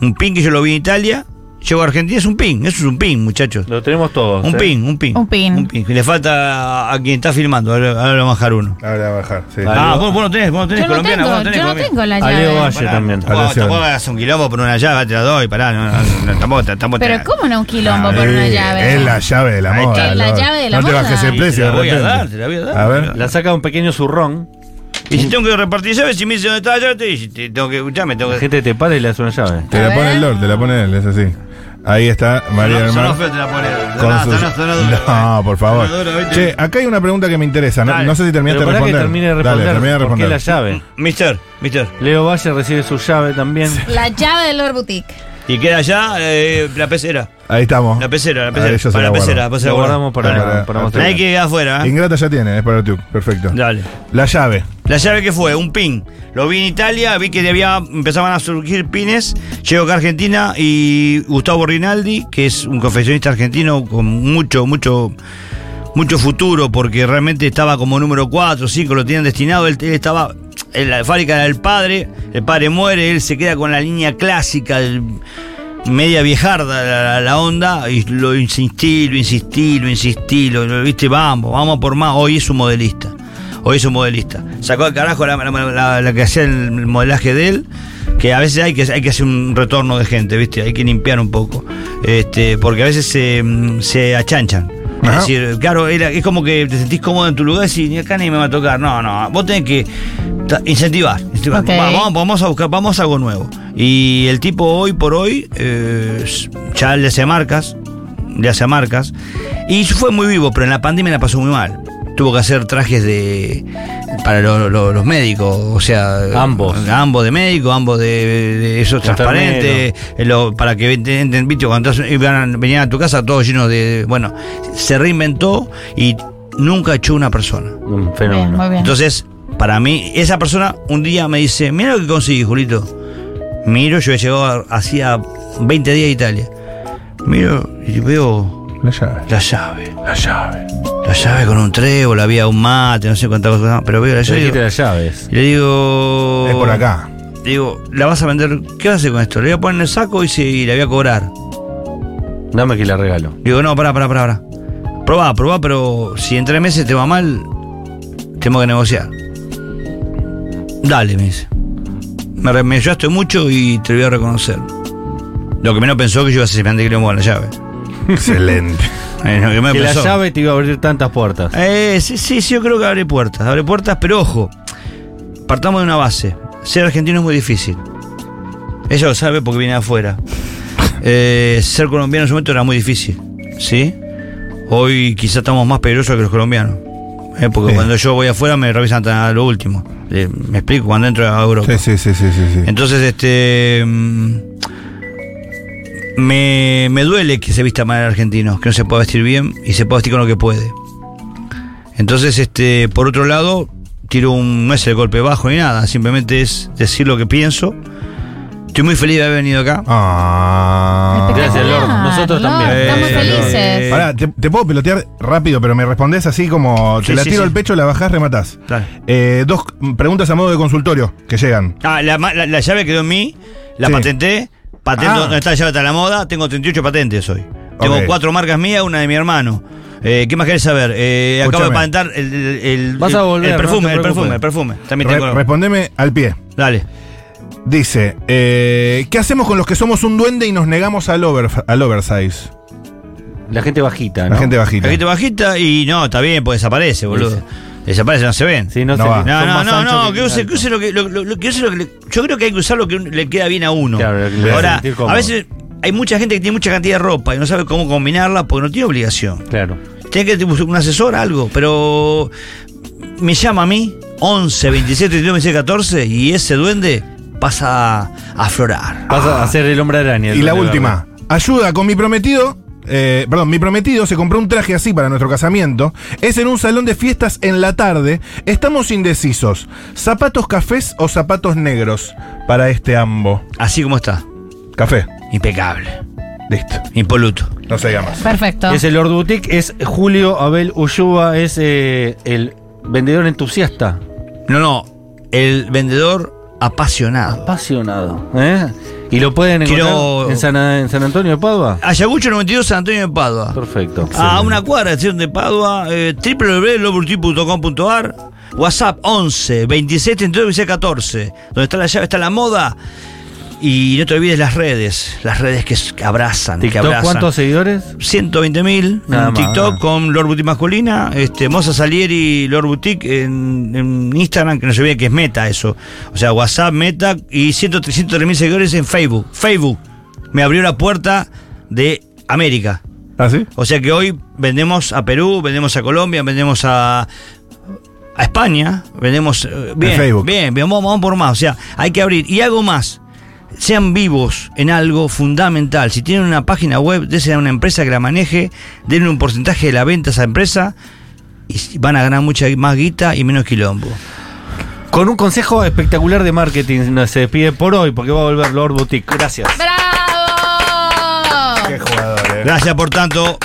[SPEAKER 4] Un pin que yo lo vi en Italia. Llego a Argentina, es un pin. Eso es un pin, muchachos.
[SPEAKER 1] Lo tenemos todos.
[SPEAKER 4] Un
[SPEAKER 1] ¿eh?
[SPEAKER 4] pin, un pin.
[SPEAKER 3] Un pin.
[SPEAKER 4] Un pin. Le falta a, a quien está filmando. Ahora, ahora lo va a bajar uno.
[SPEAKER 2] Ahora a bajar, sí.
[SPEAKER 1] Ah,
[SPEAKER 4] Ah,
[SPEAKER 1] Leo.
[SPEAKER 4] vos, vos no tenés, vos no tenés
[SPEAKER 3] Yo no
[SPEAKER 4] colombiana. vos
[SPEAKER 3] tengo,
[SPEAKER 4] no tenés
[SPEAKER 3] yo no
[SPEAKER 4] colombiana.
[SPEAKER 3] tengo la
[SPEAKER 1] A Leo
[SPEAKER 3] llave.
[SPEAKER 1] Valle. también.
[SPEAKER 4] Tampoco
[SPEAKER 2] Atención.
[SPEAKER 4] tampoco hagas un quilombo por una llave, te la doy, pará. No, no, no, tampoco, tampoco te-
[SPEAKER 3] Pero ¿cómo no un quilombo
[SPEAKER 4] Ah,
[SPEAKER 3] por una
[SPEAKER 2] Sí,
[SPEAKER 3] llave?
[SPEAKER 2] Es la llave de la
[SPEAKER 4] Ahí
[SPEAKER 2] moda.
[SPEAKER 4] está.
[SPEAKER 3] Es la
[SPEAKER 2] Lord.
[SPEAKER 3] llave de la
[SPEAKER 2] No te
[SPEAKER 3] moda.
[SPEAKER 2] bajes el
[SPEAKER 3] Sí,
[SPEAKER 4] Te
[SPEAKER 2] precio.
[SPEAKER 4] la
[SPEAKER 2] de
[SPEAKER 4] voy a
[SPEAKER 2] repente.
[SPEAKER 4] dar, te la voy a dar.
[SPEAKER 2] A ver.
[SPEAKER 4] te la-
[SPEAKER 1] La saca un pequeño zurrón.
[SPEAKER 4] Y si tengo que repartir llaves, si me dicen dónde está la llave, te digo, te- tengo que escucharme, tengo
[SPEAKER 1] La
[SPEAKER 4] que.
[SPEAKER 1] gente te para y le hace una llave.
[SPEAKER 2] Te
[SPEAKER 3] A
[SPEAKER 2] la pone
[SPEAKER 3] ver.
[SPEAKER 2] el Lord, te la pone él, es así. Ahí está María del Mar.
[SPEAKER 4] Sonó feo, te la pone.
[SPEAKER 2] Con
[SPEAKER 4] Sonó-
[SPEAKER 2] sus-
[SPEAKER 4] sonó- sonó duro.
[SPEAKER 2] No, por favor.
[SPEAKER 4] Sonó duro, ¿viste?
[SPEAKER 2] Che, acá hay una pregunta que me interesa. No,
[SPEAKER 4] Dale.
[SPEAKER 2] no sé si terminaste de
[SPEAKER 1] Pero pará que
[SPEAKER 2] responder.
[SPEAKER 1] termine de responder.
[SPEAKER 2] Dale, termina de
[SPEAKER 1] ¿Por qué
[SPEAKER 2] responder.
[SPEAKER 1] la llave?
[SPEAKER 4] Mister, mister.
[SPEAKER 1] Leo Valle recibe su llave también.
[SPEAKER 3] La llave de Lord Boutique.
[SPEAKER 4] Y queda allá eh, la pecera.
[SPEAKER 2] Ahí estamos.
[SPEAKER 4] La pecera, la
[SPEAKER 2] Ahí yo
[SPEAKER 4] pecera.
[SPEAKER 2] se
[SPEAKER 4] Para la
[SPEAKER 2] guardo.
[SPEAKER 4] pecera, la pecera.
[SPEAKER 1] Lo guardamos para,
[SPEAKER 2] Dale, dale.
[SPEAKER 1] para
[SPEAKER 4] No
[SPEAKER 1] mostrar.
[SPEAKER 4] hay que quedar afuera, ¿eh?
[SPEAKER 2] Ingrata ya tiene, es para tú. Perfecto.
[SPEAKER 4] Dale.
[SPEAKER 2] La llave.
[SPEAKER 4] La llave que fue, un pin. Lo vi en Italia, vi que había, empezaban a surgir pines. Llego acá a Argentina y Gustavo Rinaldi, que es un confeccionista argentino con mucho, mucho, mucho futuro, porque realmente estaba como número 4, 5, lo tenían destinado. Él, él estaba en la fábrica del padre, el padre muere, él se queda con la línea clásica del media viejarda la, la- la onda y lo insistí, lo insistí, lo insistí, lo, lo- viste, vamos, vamos por más. Hoy es un modelista. Hoy es un modelista. Sacó al carajo la, la- la- la que hacía el modelaje de él, que a veces hay que, hay que hacer un retorno de gente, viste, hay que limpiar un poco. Este, porque a veces se, mm, se achanchan.
[SPEAKER 2] Ajá.
[SPEAKER 4] Es decir, claro, era- es como que te sentís cómodo en tu lugar y decís, "Ni acá ni me va a tocar. No, no, vos tenés que ta- incentivar. incentivar.
[SPEAKER 3] Ok.
[SPEAKER 4] Va- vamos, vamos a buscar, vamos a algo nuevo. Y el tipo hoy por hoy eh, s- ya le hace marcas, le hace marcas. Y fue muy vivo, pero en la pandemia la pasó muy mal. Tuvo que hacer trajes de para lo- lo- los médicos, o sea,
[SPEAKER 1] Ambos.
[SPEAKER 4] ambos de médico, ambos de, de esos transparentes, eh, lo- para que ven- ven- ven- viste, cuando entras- iban- venían a tu casa todos llenos de, bueno, se reinventó y nunca echó una persona.
[SPEAKER 1] Un
[SPEAKER 3] Bien,
[SPEAKER 1] fenómeno.
[SPEAKER 3] muy bien.
[SPEAKER 4] Entonces, para mí, esa persona un día me dice, mira lo que conseguí, Julito. Miro, yo he llegado hacía 20 días a Italia. Miro y veo
[SPEAKER 2] La llave.
[SPEAKER 4] la llave.
[SPEAKER 2] La llave.
[SPEAKER 4] La llave con un trébol, había un mate, no sé cuántas cosas, más, pero veo la
[SPEAKER 1] Te
[SPEAKER 4] llave. y
[SPEAKER 1] dijiste
[SPEAKER 4] digo-
[SPEAKER 1] las llaves.
[SPEAKER 4] Y le digo...
[SPEAKER 2] Es por acá.
[SPEAKER 4] Digo, la vas a vender, ¿qué vas a hacer con esto? Le voy a poner en el saco y, se, y la voy a cobrar.
[SPEAKER 1] Dame que la regalo.
[SPEAKER 4] Digo, no, pará, pará, pará, pará. Probá, probá, pero si en tres meses te va mal, tengo que negociar. Dale, me dice. Me, re- me ayudaste mucho y te lo voy a reconocer. Lo que menos pensó que yo iba a ser semejante quilombo con la llave.
[SPEAKER 2] Excelente.
[SPEAKER 4] Eh, lo que menos
[SPEAKER 1] Que la
[SPEAKER 4] pensó.
[SPEAKER 1] llave te iba a abrir tantas puertas.
[SPEAKER 4] Eh, sí, sí, sí, yo creo que abre puertas, abre puertas, pero ojo, partamos de una base. Ser argentino es muy difícil. Ella lo sabe porque viene de afuera. Eh, ser colombiano en su momento era muy difícil, ¿sí? Hoy quizá estamos más peligrosos que los colombianos. eh, porque
[SPEAKER 2] Sí.
[SPEAKER 4] cuando yo voy afuera me revisan hasta lo último. Eh, me explico, cuando entro a Europa.
[SPEAKER 2] Sí, sí, sí, sí, sí. sí.
[SPEAKER 4] Entonces, este. mm, Me, me duele que se vista mal el argentino, que no se pueda vestir bien y se pueda vestir con lo que puede. Entonces, este, por otro lado, tiro un. No es el golpe bajo ni nada, simplemente es decir lo que pienso. Estoy muy feliz de haber venido acá.
[SPEAKER 2] Ah.
[SPEAKER 1] Gracias, Lord. Nosotros
[SPEAKER 3] Lord,
[SPEAKER 1] también.
[SPEAKER 3] Estamos
[SPEAKER 4] Eh,
[SPEAKER 3] felices.
[SPEAKER 4] eh,
[SPEAKER 2] Pará, te, te puedo pelotear rápido, pero me respondés así como te
[SPEAKER 4] Sí,
[SPEAKER 2] la
[SPEAKER 4] sí,
[SPEAKER 2] tiro
[SPEAKER 4] sí.
[SPEAKER 2] al pecho, la bajás, rematás.
[SPEAKER 4] Dale.
[SPEAKER 2] Eh, dos preguntas a modo de consultorio que llegan.
[SPEAKER 4] Ah, la, ma- la- la llave quedó en mí, la
[SPEAKER 2] Sí.
[SPEAKER 4] patenté. Patento
[SPEAKER 2] Ah.
[SPEAKER 4] donde está la llave está la moda. Tengo 38 patentes hoy. Tengo
[SPEAKER 2] Ok.
[SPEAKER 4] cuatro marcas mías, una de mi hermano. Eh, ¿Qué más querés saber? Eh, acabo de
[SPEAKER 2] Escuchame.
[SPEAKER 4] patentar el, el- el-
[SPEAKER 1] Vas a
[SPEAKER 4] el-
[SPEAKER 1] volver,
[SPEAKER 4] el perfume,
[SPEAKER 1] no te
[SPEAKER 4] el perfume,
[SPEAKER 1] preocupes.
[SPEAKER 4] el perfume. También
[SPEAKER 2] Re-
[SPEAKER 4] tengo.
[SPEAKER 2] respondeme al pie.
[SPEAKER 4] Dale.
[SPEAKER 2] Dice, eh, ¿qué hacemos con los que somos un duende y nos negamos al, over, al oversize?
[SPEAKER 1] La gente bajita, ¿no?
[SPEAKER 2] La gente bajita.
[SPEAKER 4] Bajita, bajita y no, está bien, pues desaparece, boludo.
[SPEAKER 1] Dice.
[SPEAKER 4] Desaparece, no se ven.
[SPEAKER 1] Sí, no,
[SPEAKER 2] No
[SPEAKER 1] se-
[SPEAKER 2] va.
[SPEAKER 1] son
[SPEAKER 4] No, no,
[SPEAKER 1] más
[SPEAKER 4] no,
[SPEAKER 1] anchos
[SPEAKER 4] no, que use,
[SPEAKER 1] altos.
[SPEAKER 4] que use lo que, lo- lo- lo que use lo que le- Yo creo que hay que usar lo que un- le queda bien a uno.
[SPEAKER 1] Claro, lo que le hace
[SPEAKER 4] Ahora,
[SPEAKER 1] sentir
[SPEAKER 4] a
[SPEAKER 1] cómodo.
[SPEAKER 4] veces hay mucha gente que tiene mucha cantidad de ropa y no sabe cómo combinarla porque no tiene obligación.
[SPEAKER 1] Claro.
[SPEAKER 4] Tiene que buscar un asesor, algo, pero me llama a mí, 11, 27, 32, 26, 14, y ese duende pasa a aflorar.
[SPEAKER 1] Vas a ser el hombre araña. el
[SPEAKER 2] Ah. Y la
[SPEAKER 1] hombre
[SPEAKER 2] última, ayuda con mi prometido. eh, perdón, mi prometido se compró un traje así para nuestro casamiento. Es en un salón de fiestas en la tarde. Estamos indecisos. ¿Zapatos cafés o zapatos negros para este ambo?
[SPEAKER 4] Así como está,
[SPEAKER 2] Café.
[SPEAKER 4] impecable,
[SPEAKER 2] Listo.
[SPEAKER 4] impoluto.
[SPEAKER 2] No se diga más.
[SPEAKER 3] Perfecto.
[SPEAKER 1] Es el Lord Boutique, es Julio Abel Ulloa, es eh, el vendedor entusiasta,
[SPEAKER 4] No, no, el vendedor apasionado.
[SPEAKER 1] apasionado. ¿eh? Y lo pueden encontrar
[SPEAKER 4] Quiero-
[SPEAKER 1] en, San, en San Antonio de Padua.
[SPEAKER 4] Ayagucho 92, San Antonio de Padua.
[SPEAKER 1] Perfecto.
[SPEAKER 4] A Ah, una cuadra de estación de Padua, eh, www.loburtip.com.ar, WhatsApp 11 26 32 26 14, donde está la llave, está la moda. Y no te olvides las redes, las redes que, s- que abrazan, que
[SPEAKER 1] TikTok,
[SPEAKER 4] abrazan.
[SPEAKER 1] ¿cuántos seguidores?
[SPEAKER 4] 120 mil
[SPEAKER 1] Nada
[SPEAKER 4] en
[SPEAKER 1] más,
[SPEAKER 4] TikTok
[SPEAKER 1] nada.
[SPEAKER 4] con Lord Boutique Masculina, este, Moza Salieri Lord Boutique en, en Instagram, que no se olvide que es meta eso. O sea, WhatsApp, meta y 103 103 mil seguidores en Facebook. Facebook me abrió la puerta de América.
[SPEAKER 2] ¿Ah, sí?
[SPEAKER 4] O sea que hoy vendemos a Perú, vendemos a Colombia, vendemos a, a España, vendemos eh, bien,
[SPEAKER 2] Facebook.
[SPEAKER 4] bien, bien, vamos, vamos por más. O sea, hay que abrir. Y algo más. Sean vivos en algo fundamental. Si tienen una página web, desen a una empresa que la maneje, denle un porcentaje de la venta a esa empresa y si- van a ganar mucha más guita y menos quilombo.
[SPEAKER 1] Con un consejo espectacular de marketing nos se despide por hoy, porque va a volver Lord Boutique. Gracias.
[SPEAKER 3] ¡Bravo!
[SPEAKER 2] Qué jugador, eh.
[SPEAKER 4] Gracias por tanto.